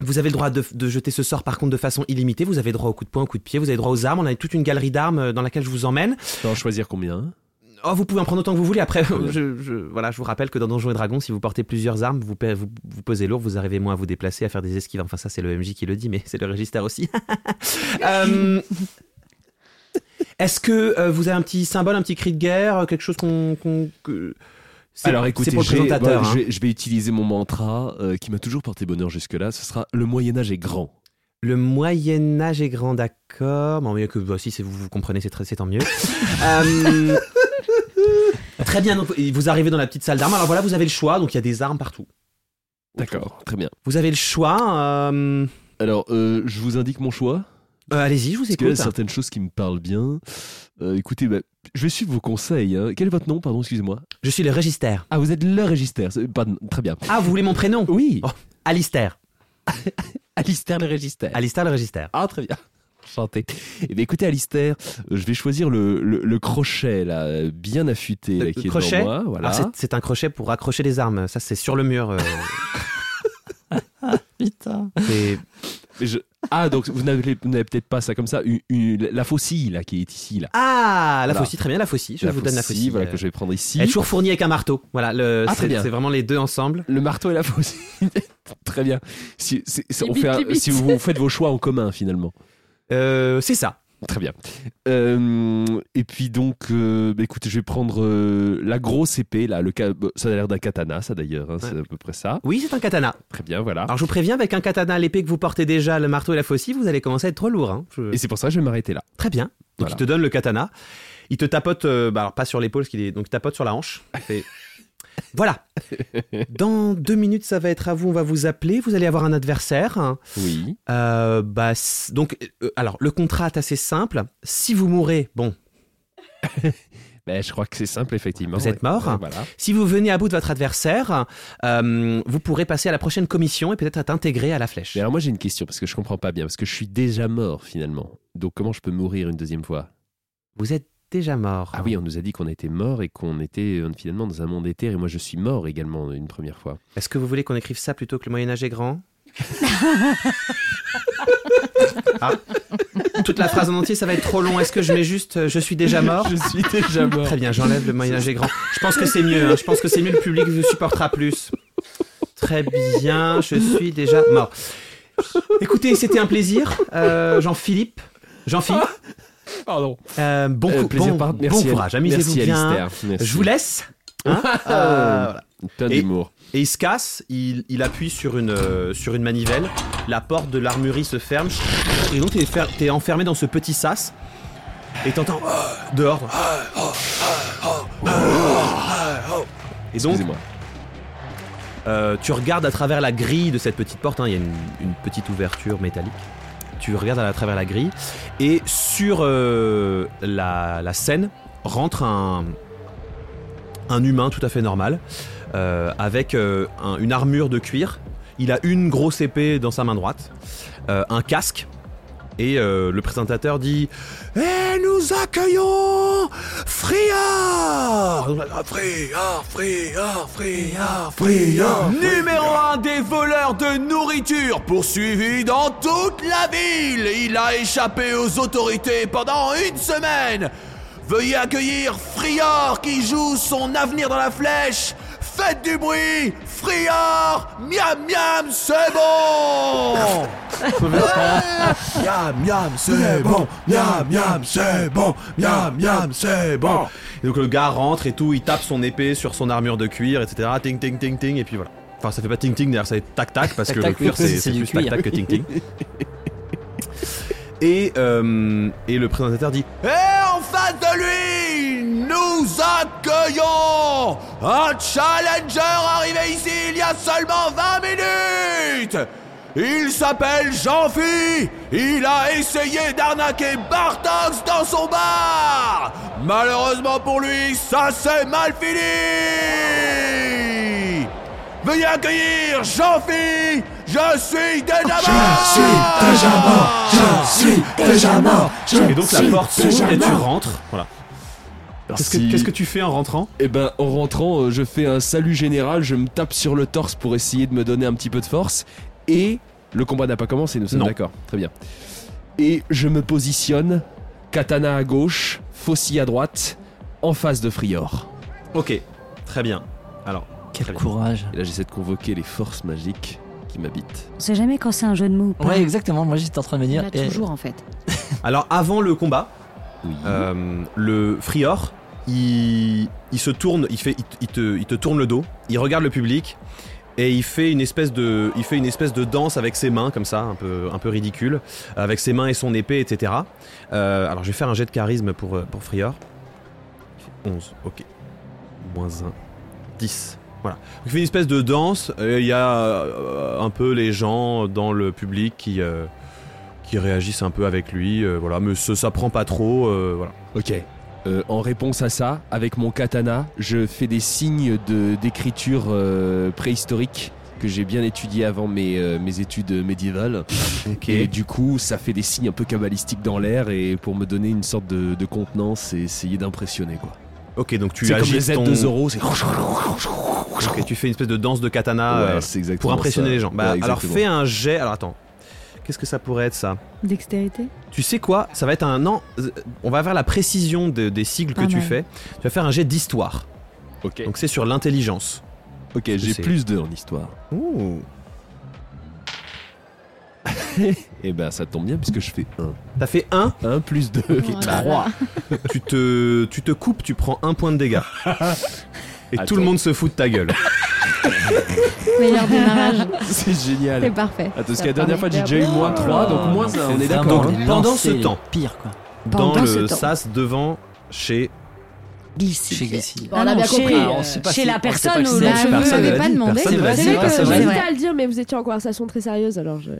[SPEAKER 1] Vous avez le droit de, de jeter ce sort par contre de façon illimitée. Vous avez droit au coup de poing, au coup de pied. Vous avez droit aux armes. On a toute une galerie d'armes euh, dans laquelle je vous emmène.
[SPEAKER 8] Je peux en choisir combien
[SPEAKER 1] Oh, vous pouvez en prendre autant que vous voulez. Après, (laughs)
[SPEAKER 8] bien.
[SPEAKER 1] je, je- voilà, je vous rappelle que dans Donjons et Dragons, si vous portez plusieurs armes, vous, pe- vous, vous pesez lourd, vous arrivez moins à vous déplacer, à faire des esquives. Enfin, ça, c'est le MJ qui le dit, mais (laughs) c'est le registre aussi. Euh, Est-ce que euh, vous avez un petit symbole, un petit cri de guerre, euh, quelque chose qu'on. qu'on- que- c'est-
[SPEAKER 8] Alors écoutez,
[SPEAKER 1] c'est pour le
[SPEAKER 8] je vais-
[SPEAKER 1] présentateur.
[SPEAKER 8] bah,
[SPEAKER 1] hein.
[SPEAKER 8] je, vais, je vais utiliser mon mantra euh, qui m'a toujours porté bonheur jusque-là. Ce sera le Moyen Âge est grand.
[SPEAKER 1] Le Moyen Âge est grand, d'accord. Bon, mieux que bah, si c'est- vous, vous comprenez, c'est très- c'est tant
[SPEAKER 8] (laughs)
[SPEAKER 1] mieux. Euh, très bien. Donc, vous arrivez dans la petite salle d'armes. Alors voilà, vous avez le choix. Donc il y a des armes partout.
[SPEAKER 8] D'accord, très bien.
[SPEAKER 1] Vous avez le choix. euh,
[SPEAKER 8] Alors, euh, je vous indique mon choix.
[SPEAKER 1] euh, Allez-y, je vous
[SPEAKER 8] Parce qu'il y a
[SPEAKER 1] écoute.
[SPEAKER 8] certaines choses qui me parlent bien. Euh, écoutez, bah, je vais suivre vos conseils. hein. Quel est votre nom, pardon, excusez-moi
[SPEAKER 1] Je suis le registaire.
[SPEAKER 8] Ah, vous êtes le registaire. c'est- Pardon, très bien.
[SPEAKER 1] Ah, vous voulez mon
[SPEAKER 8] (laughs)
[SPEAKER 1] prénom
[SPEAKER 8] Oui,
[SPEAKER 1] Oh. Alistair.
[SPEAKER 8] Alistair le registaire.
[SPEAKER 1] Alistair le registaire.
[SPEAKER 8] Ah, très bien. Chanté. Eh bien, écoutez, Alistair, euh, je vais choisir le, le- le crochet, là, euh, bien affûté,
[SPEAKER 1] Le-
[SPEAKER 8] là,
[SPEAKER 1] le
[SPEAKER 8] qui est
[SPEAKER 1] crochet
[SPEAKER 8] devant moi. Voilà.
[SPEAKER 1] Ah, c'est- c'est un crochet pour accrocher les armes. Ça, c'est sur le mur. euh,
[SPEAKER 6] Putain.
[SPEAKER 1] c'est-
[SPEAKER 8] Mais je- Ah, donc vous n'avez vous n'avez peut-être pas ça comme ça. une- une- la faucille, là, qui est ici, là.
[SPEAKER 1] Ah, la
[SPEAKER 8] Voilà.
[SPEAKER 1] faucille, très bien, la faucille. Je vous donne la faucille.
[SPEAKER 8] Voilà,
[SPEAKER 1] euh,
[SPEAKER 8] que je vais prendre ici.
[SPEAKER 1] Elle est toujours fournie avec un marteau. Voilà, le-
[SPEAKER 8] Ah, très
[SPEAKER 1] c'est
[SPEAKER 8] bien.
[SPEAKER 1] c'est vraiment les deux ensemble.
[SPEAKER 8] Le marteau et la faucille. Très bien. Si, si- si-
[SPEAKER 5] Les
[SPEAKER 8] on
[SPEAKER 5] bits,
[SPEAKER 8] fait un-
[SPEAKER 5] les bits.
[SPEAKER 8] si vous, vous faites vos choix en commun, finalement.
[SPEAKER 1] Euh, c'est ça.
[SPEAKER 8] Très bien. Euh, et puis donc, euh, bah, écoutez, je vais prendre euh, la grosse épée, là. Le ca- bah, Ça a l'air d'un katana, ça d'ailleurs. hein, C'est
[SPEAKER 1] Ouais.
[SPEAKER 8] à peu près ça.
[SPEAKER 1] Oui, c'est un katana.
[SPEAKER 8] Très bien, voilà.
[SPEAKER 1] Alors, je vous préviens, avec un katana à l'épée que vous portez déjà, le marteau et la faucille, vous allez commencer à être trop lourd. hein. Je-
[SPEAKER 8] Et c'est pour ça que je vais m'arrêter là.
[SPEAKER 1] Très bien. Donc
[SPEAKER 8] Voilà.
[SPEAKER 1] il te donne le katana. Il te tapote, euh, bah, alors pas sur l'épaule, parce qu'il est, donc il tapote sur la hanche. Il
[SPEAKER 8] (laughs)
[SPEAKER 1] fait, voilà. Dans deux minutes, ça va être à vous. On va vous appeler. Vous allez avoir un adversaire.
[SPEAKER 8] Oui.
[SPEAKER 1] Euh, bah, c- donc, euh, alors le contrat est assez simple. Si vous mourrez, bon,
[SPEAKER 8] Ben, je crois que c'est simple, effectivement.
[SPEAKER 1] Vous êtes mort
[SPEAKER 8] Voilà.
[SPEAKER 1] si vous venez à bout de votre adversaire, euh, vous pourrez passer à la prochaine commission et peut-être être intégré à la flèche.
[SPEAKER 8] Mais alors, moi, j'ai une question, parce que je comprends pas bien, parce que je suis déjà mort, finalement. Donc, comment je peux mourir une deuxième fois
[SPEAKER 1] Vous êtes déjà mort.
[SPEAKER 8] Ah oui, on nous a dit qu'on était mort et qu'on était euh, finalement dans un monde éther. Et moi, je suis mort également une première fois.
[SPEAKER 1] Est-ce que vous voulez qu'on écrive ça plutôt que le Moyen-Âge est
[SPEAKER 8] (laughs)
[SPEAKER 1] grand Ah. Toute la phrase en entier, ça va être trop long. Est-ce que je mets juste euh, je suis déjà mort
[SPEAKER 8] Je
[SPEAKER 1] (laughs)
[SPEAKER 8] suis déjà mort.
[SPEAKER 1] Très bien, j'enlève le Moyen-Âge est grand. Je pense que c'est mieux. hein. Je pense que c'est mieux. Le public vous supportera plus. Très bien, je suis déjà mort. Écoutez, c'était un plaisir. Euh, Jean-Philippe. Jean-Philippe,
[SPEAKER 8] Pardon.
[SPEAKER 1] euh, bon, cou- bon- bon courage. Amusez-vous
[SPEAKER 8] Merci,
[SPEAKER 1] bien.
[SPEAKER 8] Alistair. Merci. Ah.
[SPEAKER 1] Je vous laisse.
[SPEAKER 8] (laughs)
[SPEAKER 1] Hein Euh, voilà.
[SPEAKER 8] Plein
[SPEAKER 1] Et-
[SPEAKER 8] d'humour.
[SPEAKER 1] Et il se casse, il, il appuie sur une, euh, sur une manivelle, la porte de l'armurerie se ferme, et donc t'es, fer- t'es enfermé dans ce petit sas, et t'entends Ah dehors. Ah, oh, ah, oh, ah, oh. Et donc,
[SPEAKER 8] Excusez-moi.
[SPEAKER 1] euh, tu regardes à travers la grille de cette petite porte, hein, il y a une, une petite ouverture métallique. Tu regardes à travers la grille, et sur euh, la, la scène rentre un, un humain tout à fait normal, euh, avec euh, un- une armure de cuir. Il a une grosse épée dans sa main droite, euh, un casque, et euh, le présentateur dit Et nous accueillons Friar Friar, Friar, Friar, Friar Numéro un des voleurs de nourriture, poursuivi dans toute la ville Il a échappé aux autorités pendant une semaine Veuillez accueillir Friar qui joue son avenir dans la flèche Faites du bruit Friar Miam miam, c'est bon Miam miam c'est bon, miam miam c'est bon, miam miam c'est bon. Et donc le gars rentre et tout, il tape son épée sur son armure de cuir, etc. Ting ting ting ting et puis voilà. Enfin ça fait pas ting ting d'ailleurs, ça fait tac tac parce que le
[SPEAKER 6] Tac, tac,
[SPEAKER 1] cuir
[SPEAKER 6] oui,
[SPEAKER 1] c'est
[SPEAKER 6] c'est
[SPEAKER 1] c'est
[SPEAKER 6] du
[SPEAKER 1] plus tac
[SPEAKER 6] cuir.
[SPEAKER 1] tac que ting ting. Et, euh, et le présentateur dit Et en face de lui, nous accueillons un challenger arrivé ici il y a seulement 20 minutes Il s'appelle Jean-Phi Il a essayé d'arnaquer Bartox dans son bar Malheureusement pour lui, ça s'est mal fini Veuillez accueillir Jean-Phi Je suis déjà mort et donc la porte s'ouvre et tu rentres. Voilà. Qu'est-ce que,
[SPEAKER 8] Merci.
[SPEAKER 1] qu'est-ce que tu fais en rentrant
[SPEAKER 8] Eh ben, en rentrant, euh, je fais un salut général, je me tape sur le torse pour essayer de me donner un petit peu de force. Et le combat n'a pas commencé, nous sommes
[SPEAKER 1] Non.
[SPEAKER 8] d'accord. Très bien. Et je me positionne, katana à gauche, faucille à droite, en face de Frior.
[SPEAKER 1] Ok, très bien. Alors,
[SPEAKER 6] Quel
[SPEAKER 1] Très bien.
[SPEAKER 6] courage.
[SPEAKER 8] Et là, j'essaie de convoquer les forces magiques qui m'habitent.
[SPEAKER 7] On sait jamais quand c'est un jeu de mots. ou pas.
[SPEAKER 6] Ouais, exactement. Moi, j'étais en train de me
[SPEAKER 4] Il
[SPEAKER 6] dire.
[SPEAKER 4] a
[SPEAKER 6] eh,
[SPEAKER 4] toujours en fait.
[SPEAKER 1] alors avant le combat,
[SPEAKER 8] Oui.
[SPEAKER 1] euh, le Frior, il, il se tourne, il, fait, il, il te, il te tourne le dos, il regarde le public et il fait une espèce de, il fait une espèce de danse avec ses mains comme ça, un peu, un peu ridicule, avec ses mains et son épée, etc. Euh, alors je vais faire un jet de charisme pour, euh, pour Frior. Il fait 11, ok. Moins 1, 10. Voilà. Donc, il fait une espèce de danse et il y a euh, un peu les gens dans le public qui, euh, qui réagissent un peu avec lui. euh, voilà, mais ça, ça prend pas trop. euh, voilà.
[SPEAKER 8] Ok. Euh, en réponse à ça, avec mon katana, je fais des signes de- d'écriture euh, préhistorique que j'ai bien étudié avant mes, euh, mes études médiévales. Et du coup, ça fait des signes un peu cabalistiques dans l'air et pour me donner une sorte de, de contenance et essayer d'impressionner quoi.
[SPEAKER 1] Ok, donc tu
[SPEAKER 8] C'est comme les
[SPEAKER 1] agites
[SPEAKER 8] aides
[SPEAKER 1] ton...
[SPEAKER 8] de Zoro, c'est.
[SPEAKER 1] (laughs) Ok, tu fais une espèce de danse de katana
[SPEAKER 8] Ouais,
[SPEAKER 1] euh,
[SPEAKER 8] c'est exactement
[SPEAKER 1] pour impressionner
[SPEAKER 8] ça.
[SPEAKER 1] les gens. Bah,
[SPEAKER 8] Ouais,
[SPEAKER 1] alors
[SPEAKER 8] exactement.
[SPEAKER 1] fais un jet. Alors attends, qu'est-ce que ça pourrait être ça
[SPEAKER 4] Dextérité
[SPEAKER 1] Tu sais quoi Ça va être un non. euh, On va vers la précision de- des sigles que
[SPEAKER 4] Pas
[SPEAKER 1] tu
[SPEAKER 4] mal.
[SPEAKER 1] fais. Tu vas faire un jet d'histoire.
[SPEAKER 8] Ok,
[SPEAKER 1] Donc c'est sur l'intelligence.
[SPEAKER 8] Ok, j'ai
[SPEAKER 1] c'est-
[SPEAKER 8] plus de en histoire.
[SPEAKER 1] Ouh.
[SPEAKER 8] Et ben ça tombe bien puisque je fais 1.
[SPEAKER 1] T'as fait 1
[SPEAKER 8] 1 plus 2.
[SPEAKER 4] Voilà.
[SPEAKER 1] tu te, tu te coupes, tu prends un point de
[SPEAKER 8] (laughs)
[SPEAKER 1] dégâts. Et tout
[SPEAKER 8] Attends.
[SPEAKER 1] le monde se fout de ta gueule.
[SPEAKER 4] Meilleur
[SPEAKER 6] (laughs)
[SPEAKER 4] démarrage.
[SPEAKER 8] C'est génial.
[SPEAKER 4] C'est parfait.
[SPEAKER 1] Ah,
[SPEAKER 8] Attends, parce que la dernière fois j'ai déjà eu moins 3, donc moins 1, on est d'accord.
[SPEAKER 1] vraiment
[SPEAKER 8] hein.
[SPEAKER 1] les Pendant ce temps.
[SPEAKER 6] Pire, quoi.
[SPEAKER 1] Dans
[SPEAKER 4] Pendant ce
[SPEAKER 1] le
[SPEAKER 4] temps.
[SPEAKER 1] sas devant chez
[SPEAKER 6] Chez Glissi.
[SPEAKER 5] Bon, on a bien compris.
[SPEAKER 6] Ah, on
[SPEAKER 5] euh,
[SPEAKER 6] sait pas
[SPEAKER 7] chez
[SPEAKER 6] si-
[SPEAKER 7] la
[SPEAKER 6] on sait
[SPEAKER 7] personne
[SPEAKER 6] pas
[SPEAKER 7] ou
[SPEAKER 6] si
[SPEAKER 7] la
[SPEAKER 6] c'est-
[SPEAKER 4] Bah,
[SPEAKER 6] je
[SPEAKER 4] je
[SPEAKER 6] sais pas.
[SPEAKER 4] ne l'avais
[SPEAKER 1] personne ne l'a
[SPEAKER 4] pas
[SPEAKER 1] dit,
[SPEAKER 4] demandé.
[SPEAKER 1] personne
[SPEAKER 6] ne l'a
[SPEAKER 4] hein, C'est
[SPEAKER 6] dit,
[SPEAKER 4] vrai que
[SPEAKER 6] personne ne l'a
[SPEAKER 4] c'est
[SPEAKER 6] dit.
[SPEAKER 5] J'hésitais
[SPEAKER 4] vrai.
[SPEAKER 5] à le dire, mais vous étiez en conversation très sérieuse, alors je...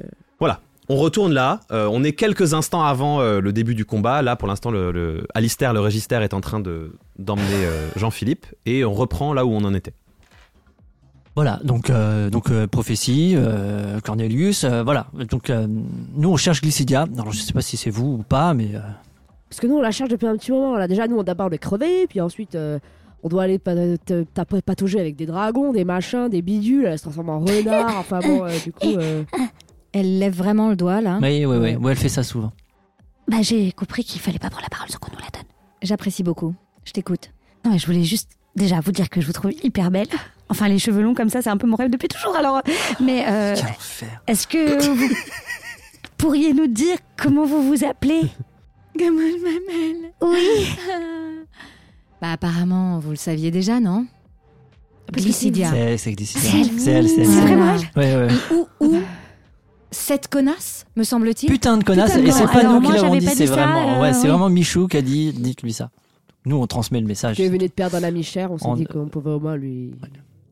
[SPEAKER 1] Voilà, on retourne là, euh, on est quelques instants avant euh, le début du combat. Là, pour l'instant, le, le- Alistair, le régistère, est en train de d'emmener euh, Jean-Philippe et on reprend là où on en (laughs) était.
[SPEAKER 6] Voilà, donc, euh, donc euh, prophétie, euh, Cornelius, euh, voilà. Donc euh, nous on cherche Glycidia. Alors je sais pas si c'est vous ou pas, mais euh,
[SPEAKER 5] Parce que nous, on la cherche depuis un petit moment. Là. Déjà, nous, on d'abord le crevé, puis ensuite, euh, on doit aller pa- t- taper- patauger avec des dragons, des machins, des bidules. Elle se transforme en (laughs) renard. enfin bon, euh, du coup. euh,
[SPEAKER 10] Elle lève vraiment le doigt là.
[SPEAKER 6] Oui, oui, oui. Ouais, elle fait ça souvent.
[SPEAKER 10] Bah j'ai compris qu'il fallait pas prendre la parole sans qu'on nous la donne. J'apprécie beaucoup. Je t'écoute.
[SPEAKER 7] Non, mais je voulais juste déjà vous dire que je vous trouve hyper belle. Enfin, les cheveux longs comme ça, c'est un peu mon rêve depuis toujours. Alors, euh, mais euh,
[SPEAKER 6] Quel enfer.
[SPEAKER 7] est-ce que vous pourriez nous dire comment vous vous appelez
[SPEAKER 10] Comment je m'appelle Oui. bah apparemment, vous le saviez déjà, non Glycidia.
[SPEAKER 6] C'est elle, c'est Glycidia. C'est elle, c'est
[SPEAKER 10] C'est
[SPEAKER 6] elle.
[SPEAKER 10] vraiment
[SPEAKER 6] Ouais, ouais.
[SPEAKER 10] elle. Ou, ou cette connasse, me semble-t-il.
[SPEAKER 6] Putain de connasse.
[SPEAKER 7] Putain de
[SPEAKER 6] Et c'est
[SPEAKER 7] connasse.
[SPEAKER 6] pas
[SPEAKER 7] Alors,
[SPEAKER 6] nous qui
[SPEAKER 7] moi,
[SPEAKER 6] l'avons
[SPEAKER 7] j'avais
[SPEAKER 6] dit,
[SPEAKER 7] pas
[SPEAKER 6] c'est
[SPEAKER 7] dit ça,
[SPEAKER 6] vraiment,
[SPEAKER 7] euh,
[SPEAKER 6] ouais, c'est
[SPEAKER 7] oui.
[SPEAKER 6] vraiment Michou qui a dit, dites-lui ça. Nous, on transmet le message.
[SPEAKER 5] qui venait de perdre un ami cher, on s'est
[SPEAKER 6] On-
[SPEAKER 5] dit qu'on pouvait au moins lui.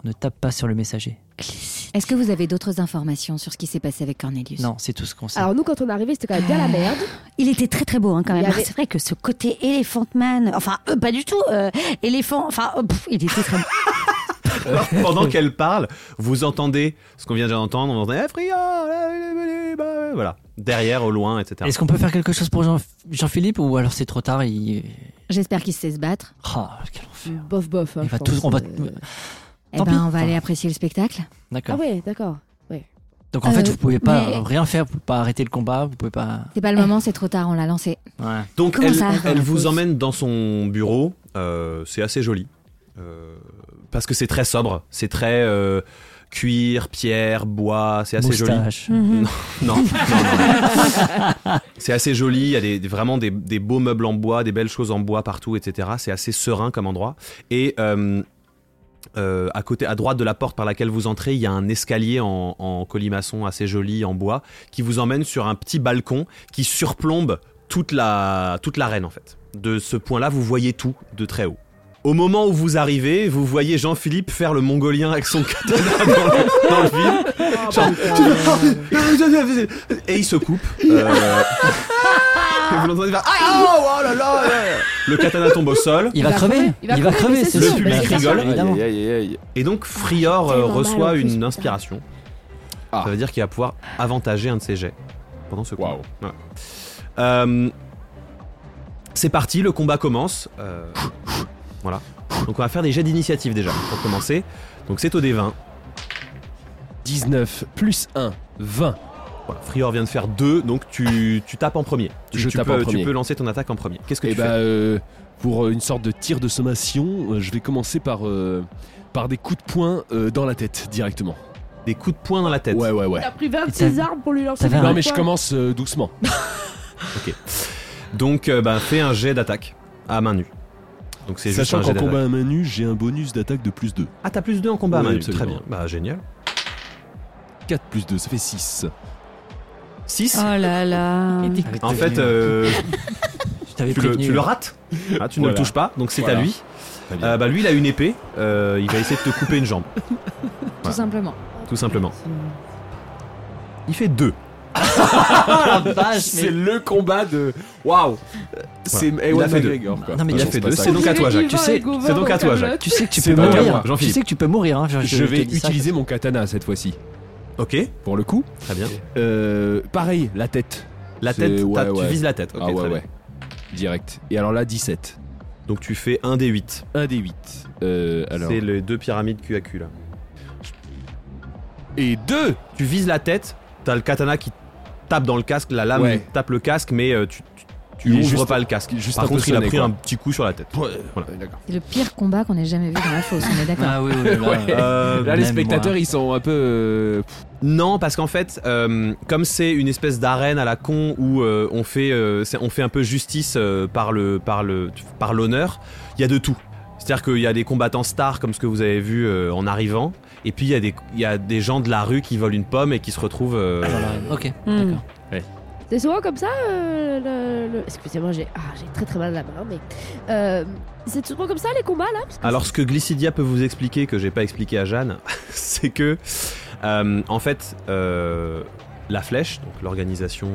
[SPEAKER 6] Ne tape pas sur le messager.
[SPEAKER 10] Est-ce que vous avez d'autres informations sur ce qui s'est passé avec Cornelius
[SPEAKER 6] Non, c'est tout ce qu'on sait.
[SPEAKER 5] Alors nous, quand on est arrivé, c'était quand même bien
[SPEAKER 6] Ah,
[SPEAKER 5] la merde.
[SPEAKER 7] Il était très très beau hein, quand
[SPEAKER 5] Il y
[SPEAKER 7] même.
[SPEAKER 5] avait-
[SPEAKER 7] C'est vrai que ce côté Elephant Man, enfin euh, pas du tout, euh, éléphant, enfin euh, pff, il était très beau.
[SPEAKER 1] Alors, (laughs) pendant qu'elle parle, vous entendez ce qu'on vient déjà d'entendre. On entend Eh, Fria, là, là, là, là, là, eh, voilà, derrière, au loin, etc.
[SPEAKER 6] Est-ce qu'on peut faire quelque chose pour Jean- Jean-Philippe ou alors c'est trop tard il...
[SPEAKER 10] J'espère qu'il sait se battre.
[SPEAKER 6] Ah, quel enfer.
[SPEAKER 5] Bof, bof. hein,
[SPEAKER 6] Il
[SPEAKER 5] je
[SPEAKER 6] va
[SPEAKER 5] pense,
[SPEAKER 6] tous- on va-
[SPEAKER 5] euh.
[SPEAKER 10] Eh
[SPEAKER 6] Tant
[SPEAKER 10] ben,
[SPEAKER 6] pis.
[SPEAKER 10] on va
[SPEAKER 6] Enfin.
[SPEAKER 10] aller apprécier le spectacle.
[SPEAKER 6] D'accord.
[SPEAKER 5] Ah ouais, d'accord.
[SPEAKER 6] Donc en fait,
[SPEAKER 10] Euh,
[SPEAKER 6] vous pouvez pas
[SPEAKER 10] mais-
[SPEAKER 6] rien faire, vous pouvez pas arrêter le combat, vous pouvez pas.
[SPEAKER 10] C'est pas le moment, c'est trop tard, on l'a lancé.
[SPEAKER 6] Ouais.
[SPEAKER 1] Donc
[SPEAKER 10] Comment
[SPEAKER 1] elle,
[SPEAKER 10] ça
[SPEAKER 1] elle vous
[SPEAKER 10] Pause.
[SPEAKER 1] emmène dans son bureau. Euh, c'est assez joli. Euh, parce que c'est très sobre. C'est très euh, cuir, pierre, bois. C'est assez joli.
[SPEAKER 6] Moustache.
[SPEAKER 7] Mhm.
[SPEAKER 1] (laughs) Non, non, non, non. C'est assez joli, il y a des, des- vraiment des, des beaux meubles en bois, des belles choses en bois partout, etc. C'est assez serein comme endroit. Et euh, euh, à côté, à droite de la porte par laquelle vous entrez, il y a un escalier en, en colimaçon assez joli en bois qui vous emmène sur un petit balcon qui surplombe toute la toute l'arène en fait. De ce point-là, vous voyez tout de très haut. Au moment où vous arrivez, vous voyez Jean-Philippe faire le mongolien avec son katana dans le- dans le vide. Genre, Et il se coupe.
[SPEAKER 8] (laughs)
[SPEAKER 1] euh, et vous l'entendez faire Ah, oh, oh là là euh. Le katana tombe au sol.
[SPEAKER 6] Il va crever.
[SPEAKER 5] Il va
[SPEAKER 6] Il va
[SPEAKER 5] crever,
[SPEAKER 6] crever.
[SPEAKER 5] mais c'est
[SPEAKER 6] c'est
[SPEAKER 1] sûr.
[SPEAKER 6] sûr.
[SPEAKER 1] Le public
[SPEAKER 6] Bah, c'est sûr,
[SPEAKER 1] rigole.
[SPEAKER 6] Évidemment.
[SPEAKER 8] Aïe, aïe, aïe, aïe.
[SPEAKER 1] Et donc Frior euh,
[SPEAKER 4] tellement mal en
[SPEAKER 1] reçoit
[SPEAKER 4] plus,
[SPEAKER 1] une
[SPEAKER 4] putain.
[SPEAKER 1] inspiration.
[SPEAKER 8] Ah.
[SPEAKER 1] Ça veut dire qu'il va pouvoir avantager un de ses jets pendant ce combat.
[SPEAKER 8] Waouh.
[SPEAKER 1] Ouais. Euh, C'est parti, le combat commence. Euh, voilà. Donc on va faire des jets d'initiative déjà pour commencer. Donc c'est au D20.
[SPEAKER 8] 19 plus 1, 20.
[SPEAKER 1] Voilà, Frior vient de faire deux, donc tu, tu tapes en premier. Tu,
[SPEAKER 8] Je
[SPEAKER 1] tu
[SPEAKER 8] tape
[SPEAKER 1] peux,
[SPEAKER 8] en
[SPEAKER 1] tu
[SPEAKER 8] premier.
[SPEAKER 1] peux lancer ton attaque en premier. Qu'est-ce que
[SPEAKER 8] Et
[SPEAKER 1] tu
[SPEAKER 8] bah, euh, pour une sorte de tir de sommation, euh, je vais commencer par, euh, par des coups de poing euh, dans la tête directement.
[SPEAKER 1] fais Des coups de poing dans la tête.
[SPEAKER 8] Ouais, ouais, ouais.
[SPEAKER 5] T'as pris
[SPEAKER 6] Et
[SPEAKER 5] 26
[SPEAKER 6] t'as-
[SPEAKER 5] armes pour lui lancer.
[SPEAKER 6] t'avais
[SPEAKER 5] des
[SPEAKER 6] un-
[SPEAKER 8] Non,
[SPEAKER 5] coups
[SPEAKER 8] mais
[SPEAKER 5] de
[SPEAKER 8] je
[SPEAKER 5] Ah, poing.
[SPEAKER 8] commence euh, doucement.
[SPEAKER 1] Donc euh, bah, fais un jet d'attaque à main nue. Donc c'est juste
[SPEAKER 8] Sachant
[SPEAKER 1] un jet
[SPEAKER 8] qu'en
[SPEAKER 1] d'attaque.
[SPEAKER 8] combat à main nue, j'ai un bonus d'attaque de plus 2.
[SPEAKER 1] Ah, t'as plus 2 en combat à
[SPEAKER 8] Oui,
[SPEAKER 1] main nue.
[SPEAKER 8] absolument.
[SPEAKER 1] Très bien. Bah, génial.
[SPEAKER 8] 4 plus 2, ça fait 6.
[SPEAKER 1] 6
[SPEAKER 7] Oh là là.
[SPEAKER 1] En fait, euh,
[SPEAKER 6] Je t'avais
[SPEAKER 1] tu, le,
[SPEAKER 6] prévenu.
[SPEAKER 1] tu le rates. Ah, tu ne
[SPEAKER 8] Voilà.
[SPEAKER 1] le touches pas, donc c'est à
[SPEAKER 8] Voilà.
[SPEAKER 1] lui. Euh, bah, lui, il a une épée. Euh, il va essayer de te couper une (laughs) jambe,
[SPEAKER 10] Tout simplement.
[SPEAKER 1] tout simplement. Il fait 2.
[SPEAKER 6] Ah, la vache, mais-
[SPEAKER 8] le combat de. Waouh C'est
[SPEAKER 1] Ewan
[SPEAKER 8] McGregor.
[SPEAKER 6] Non, mais
[SPEAKER 1] Il a
[SPEAKER 6] tu-
[SPEAKER 1] fait
[SPEAKER 8] pas
[SPEAKER 1] 2.
[SPEAKER 8] ça.
[SPEAKER 1] C'est donc à toi,
[SPEAKER 5] Oliver
[SPEAKER 1] Jacques. Tu sais,
[SPEAKER 5] Gauvin
[SPEAKER 1] c'est donc à toi,
[SPEAKER 5] dans
[SPEAKER 1] Jacques.
[SPEAKER 5] Camelot.
[SPEAKER 6] tu sais que tu
[SPEAKER 8] C'est
[SPEAKER 6] peux
[SPEAKER 8] pas
[SPEAKER 6] mourir.
[SPEAKER 1] moi,
[SPEAKER 6] Tu
[SPEAKER 1] Jean-Philippe.
[SPEAKER 6] sais que tu peux mourir. hein,
[SPEAKER 8] Je vais
[SPEAKER 6] te dis ça.
[SPEAKER 8] utiliser mon katana cette fois-ci.
[SPEAKER 1] Ok,
[SPEAKER 8] Pour le coup,
[SPEAKER 1] très bien.
[SPEAKER 8] euh, pareil, la tête.
[SPEAKER 1] La
[SPEAKER 8] C'est-
[SPEAKER 1] tête,
[SPEAKER 8] ouais,
[SPEAKER 1] t'as- tu
[SPEAKER 8] ouais.
[SPEAKER 1] vises la tête. Ok,
[SPEAKER 8] ah
[SPEAKER 1] très
[SPEAKER 8] ouais,
[SPEAKER 1] bien.
[SPEAKER 8] ouais. Direct. Et alors là, 17.
[SPEAKER 1] Donc tu fais 1 des 8.
[SPEAKER 8] 1 des 8. Euh, alors...
[SPEAKER 1] C'est les deux pyramides cul à cul là.
[SPEAKER 8] Et 2
[SPEAKER 1] Tu vises la tête, t'as le katana qui tape dans le casque, la lame
[SPEAKER 8] Ouais.
[SPEAKER 1] tape le casque, mais euh, tu, tu, tu
[SPEAKER 8] Il est
[SPEAKER 1] ouvres
[SPEAKER 8] juste-
[SPEAKER 1] pas le casque.
[SPEAKER 8] il est juste un
[SPEAKER 1] Par
[SPEAKER 8] peu
[SPEAKER 1] contre, il a
[SPEAKER 8] sonné,
[SPEAKER 1] pris
[SPEAKER 8] quoi.
[SPEAKER 1] un petit coup sur la tête. Voilà.
[SPEAKER 10] C'est le pire combat qu'on ait jamais vu dans la fosse, on est d'accord.
[SPEAKER 6] Ah oui, oui, là,
[SPEAKER 8] Ouais.
[SPEAKER 6] euh,
[SPEAKER 1] Euh,
[SPEAKER 8] Là, les
[SPEAKER 6] Même
[SPEAKER 8] spectateurs,
[SPEAKER 6] moi.
[SPEAKER 8] ils sont un peu. euh,
[SPEAKER 1] Non, parce qu'en fait, euh, comme c'est une espèce d'arène à la con où euh, on, fait, euh, c'est- on fait un peu justice euh, par le par le par l'honneur, il y a de tout. C'est-à-dire qu'il y a des combattants stars comme ce que vous avez vu euh, en arrivant, et puis il y, a des- il y a des gens de la rue qui volent une pomme et qui se retrouvent. euh,
[SPEAKER 6] dans l'arène. Ok,
[SPEAKER 7] Hmm.
[SPEAKER 6] d'accord.
[SPEAKER 5] C'est souvent comme ça, euh, le, le- Excusez-moi, j'ai ah, j'ai très très mal à la main, mais. euh, c'est souvent comme ça les combats là parce que
[SPEAKER 1] Alors, ce que Glycidia peut vous expliquer, que j'ai pas expliqué à Jeanne, (laughs) c'est que, euh, en fait, euh, la flèche, donc l'organisation.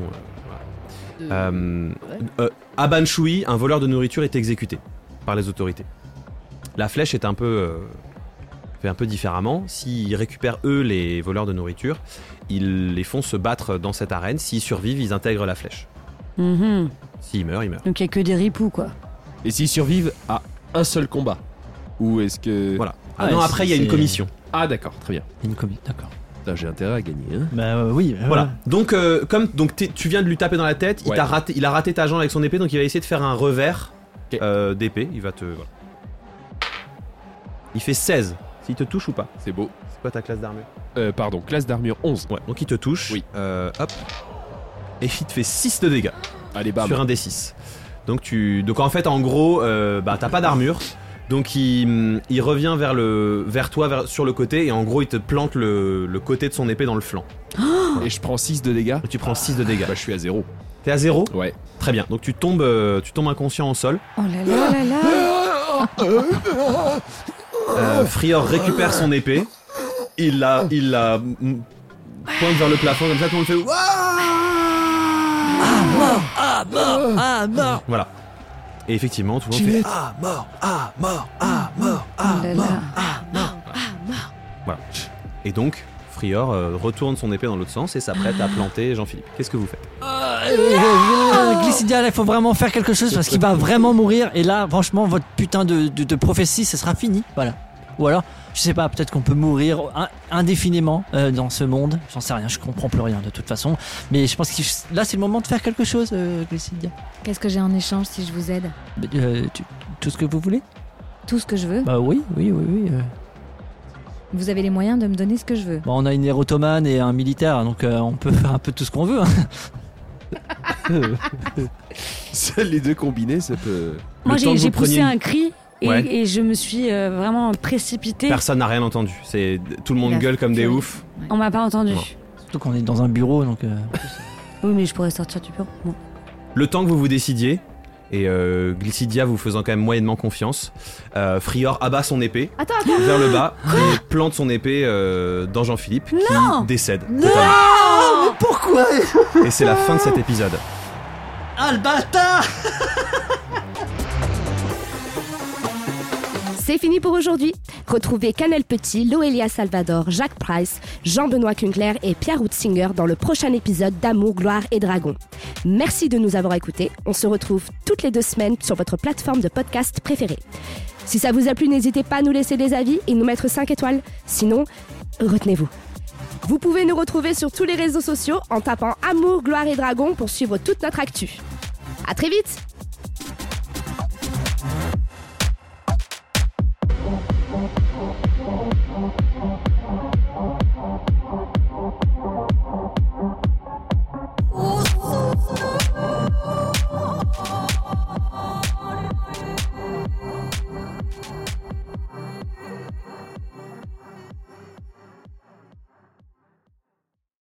[SPEAKER 5] c'est de-
[SPEAKER 1] euh, euh,
[SPEAKER 5] Ouais.
[SPEAKER 1] euh, à Banshui, un voleur de nourriture est exécuté par les autorités. La flèche est un peu. euh, fait un peu différemment. S'ils récupèrent eux les voleurs de nourriture, ils les font se battre dans cette arène. S'ils survivent, ils intègrent la flèche.
[SPEAKER 7] Mhm.
[SPEAKER 1] S'il meurt, il meurt.
[SPEAKER 7] Donc il n'y a que des ripoux, quoi.
[SPEAKER 8] Et s'ils survivent à un seul combat Ou est-ce que.
[SPEAKER 1] Voilà. Ah
[SPEAKER 6] Ouais,
[SPEAKER 1] non,
[SPEAKER 6] c'est-
[SPEAKER 1] après, il y a une
[SPEAKER 6] c'est-
[SPEAKER 1] commission.
[SPEAKER 8] Ah, d'accord, très bien.
[SPEAKER 6] Une commune, d'accord.
[SPEAKER 8] Putain, J'ai intérêt à gagner. Hein.
[SPEAKER 6] Bah euh, oui, euh,
[SPEAKER 1] Ah. Voilà. Donc, euh, comme donc t'es- tu viens de lui taper dans la tête, il,
[SPEAKER 8] Ouais.
[SPEAKER 1] t'a raté, il a raté ta jambe avec son épée, donc il va essayer de faire un revers
[SPEAKER 8] Ok.
[SPEAKER 1] euh, d'épée. Il va te. voilà. Il fait 16. S'il te touche ou pas
[SPEAKER 8] C'est beau.
[SPEAKER 1] C'est quoi ta classe d'armure
[SPEAKER 8] Euh, pardon, classe d'armure 11.
[SPEAKER 1] Ouais, donc il te touche.
[SPEAKER 8] Oui.
[SPEAKER 1] Euh, hop. Et il te fait 6 de dégâts
[SPEAKER 8] Allez, bam.
[SPEAKER 1] sur un D6. Donc, tu, donc en fait, en gros, euh, bah, t'as pas d'armure. Donc il, il revient vers, le, vers toi vers- sur le côté et en gros il te plante le, le côté de son épée dans le flanc.
[SPEAKER 8] Et je prends 6 de dégâts.
[SPEAKER 1] Et
[SPEAKER 8] (laughs)
[SPEAKER 1] tu prends 6 de dégâts.
[SPEAKER 8] Bah, je suis à 0.
[SPEAKER 1] T'es à 0
[SPEAKER 8] Ouais.
[SPEAKER 1] Très bien, donc tu tombes, euh, tu tombes inconscient au sol.
[SPEAKER 7] Oh là là là là
[SPEAKER 1] (laughs) Euh, Frior récupère son épée. Il la, il la mm, pointe vers le plafond comme ça, tout le monde fait. Ouah
[SPEAKER 6] Ah, mort
[SPEAKER 1] Voilà. Et effectivement, tout le monde fait. Ah mort, ah mort, ah mort, ah
[SPEAKER 10] Oh
[SPEAKER 7] là
[SPEAKER 1] mort,
[SPEAKER 7] là.
[SPEAKER 1] ah mort, Voilà. Et donc, Frior euh, retourne son épée dans l'autre sens et s'apprête à planter Jean-Philippe. Qu'est-ce que vous faites
[SPEAKER 6] Euh, Glycidia, là, il faut vraiment faire quelque chose parce qu'il va vraiment mourir. Et là, franchement, votre putain de, de, de prophétie, ce sera fini. Voilà. Ou alors, je sais pas, peut-être qu'on peut mourir in- indéfiniment euh, dans ce monde. J'en sais rien, je comprends plus rien de toute façon. Mais je pense que je- là, c'est le moment de faire quelque chose, euh, Glycidia.
[SPEAKER 10] Qu'est-ce que j'ai en échange si je vous aide
[SPEAKER 6] Mais, euh, tu- tout ce que vous voulez
[SPEAKER 10] Tout ce que je veux.
[SPEAKER 6] Bah oui, oui, oui, oui. euh.
[SPEAKER 10] Vous avez les moyens de me donner ce que je veux.
[SPEAKER 6] Bon, on a une érotomane et un militaire, donc euh, on peut faire un peu tout ce qu'on veut. hein.
[SPEAKER 8] Seuls les deux combinés, ça peut.
[SPEAKER 1] Le
[SPEAKER 7] Moi,
[SPEAKER 1] temps
[SPEAKER 7] j'ai
[SPEAKER 1] que vous
[SPEAKER 7] j'ai poussé
[SPEAKER 1] preniez une-
[SPEAKER 7] un cri et,
[SPEAKER 1] Ouais.
[SPEAKER 7] et je me suis euh, vraiment précipitée.
[SPEAKER 1] Personne n'a rien entendu. C'est tout le monde
[SPEAKER 10] Il a
[SPEAKER 1] gueule comme des
[SPEAKER 10] furieux.
[SPEAKER 1] oufs.
[SPEAKER 7] On m'a pas entendu.
[SPEAKER 1] Non.
[SPEAKER 6] Surtout qu'on est dans un bureau, donc. euh,
[SPEAKER 7] Oui, mais je pourrais sortir du bureau. Bon.
[SPEAKER 1] Le temps que vous vous décidiez. Et euh, Glycidia vous faisant quand même moyennement confiance, euh, Frior abat son épée
[SPEAKER 5] Attends, attends.
[SPEAKER 1] vers le bas et plante son épée euh, dans Jean-Philippe qui
[SPEAKER 10] Non
[SPEAKER 1] décède.
[SPEAKER 10] Non
[SPEAKER 1] totalement.
[SPEAKER 6] Mais pourquoi
[SPEAKER 1] Et c'est la fin de cet épisode.
[SPEAKER 6] Ah, le bâtard
[SPEAKER 5] C'est fini pour aujourd'hui. Retrouvez Canel Petit, Loelia Salvador, Jacques Price, Jean-Benoît Kunkler et Pierre Hutzinger dans le prochain épisode d'Amour, Gloire et Dragon. Merci de nous avoir écoutés. On se retrouve toutes les deux semaines sur votre plateforme de podcast préférée. Si ça vous a plu, n'hésitez pas à nous laisser des avis et nous mettre 5 étoiles. Sinon, retenez-vous. Vous pouvez nous retrouver sur tous les réseaux sociaux en tapant Amour, Gloire et Dragon pour suivre toute notre actu. À très vite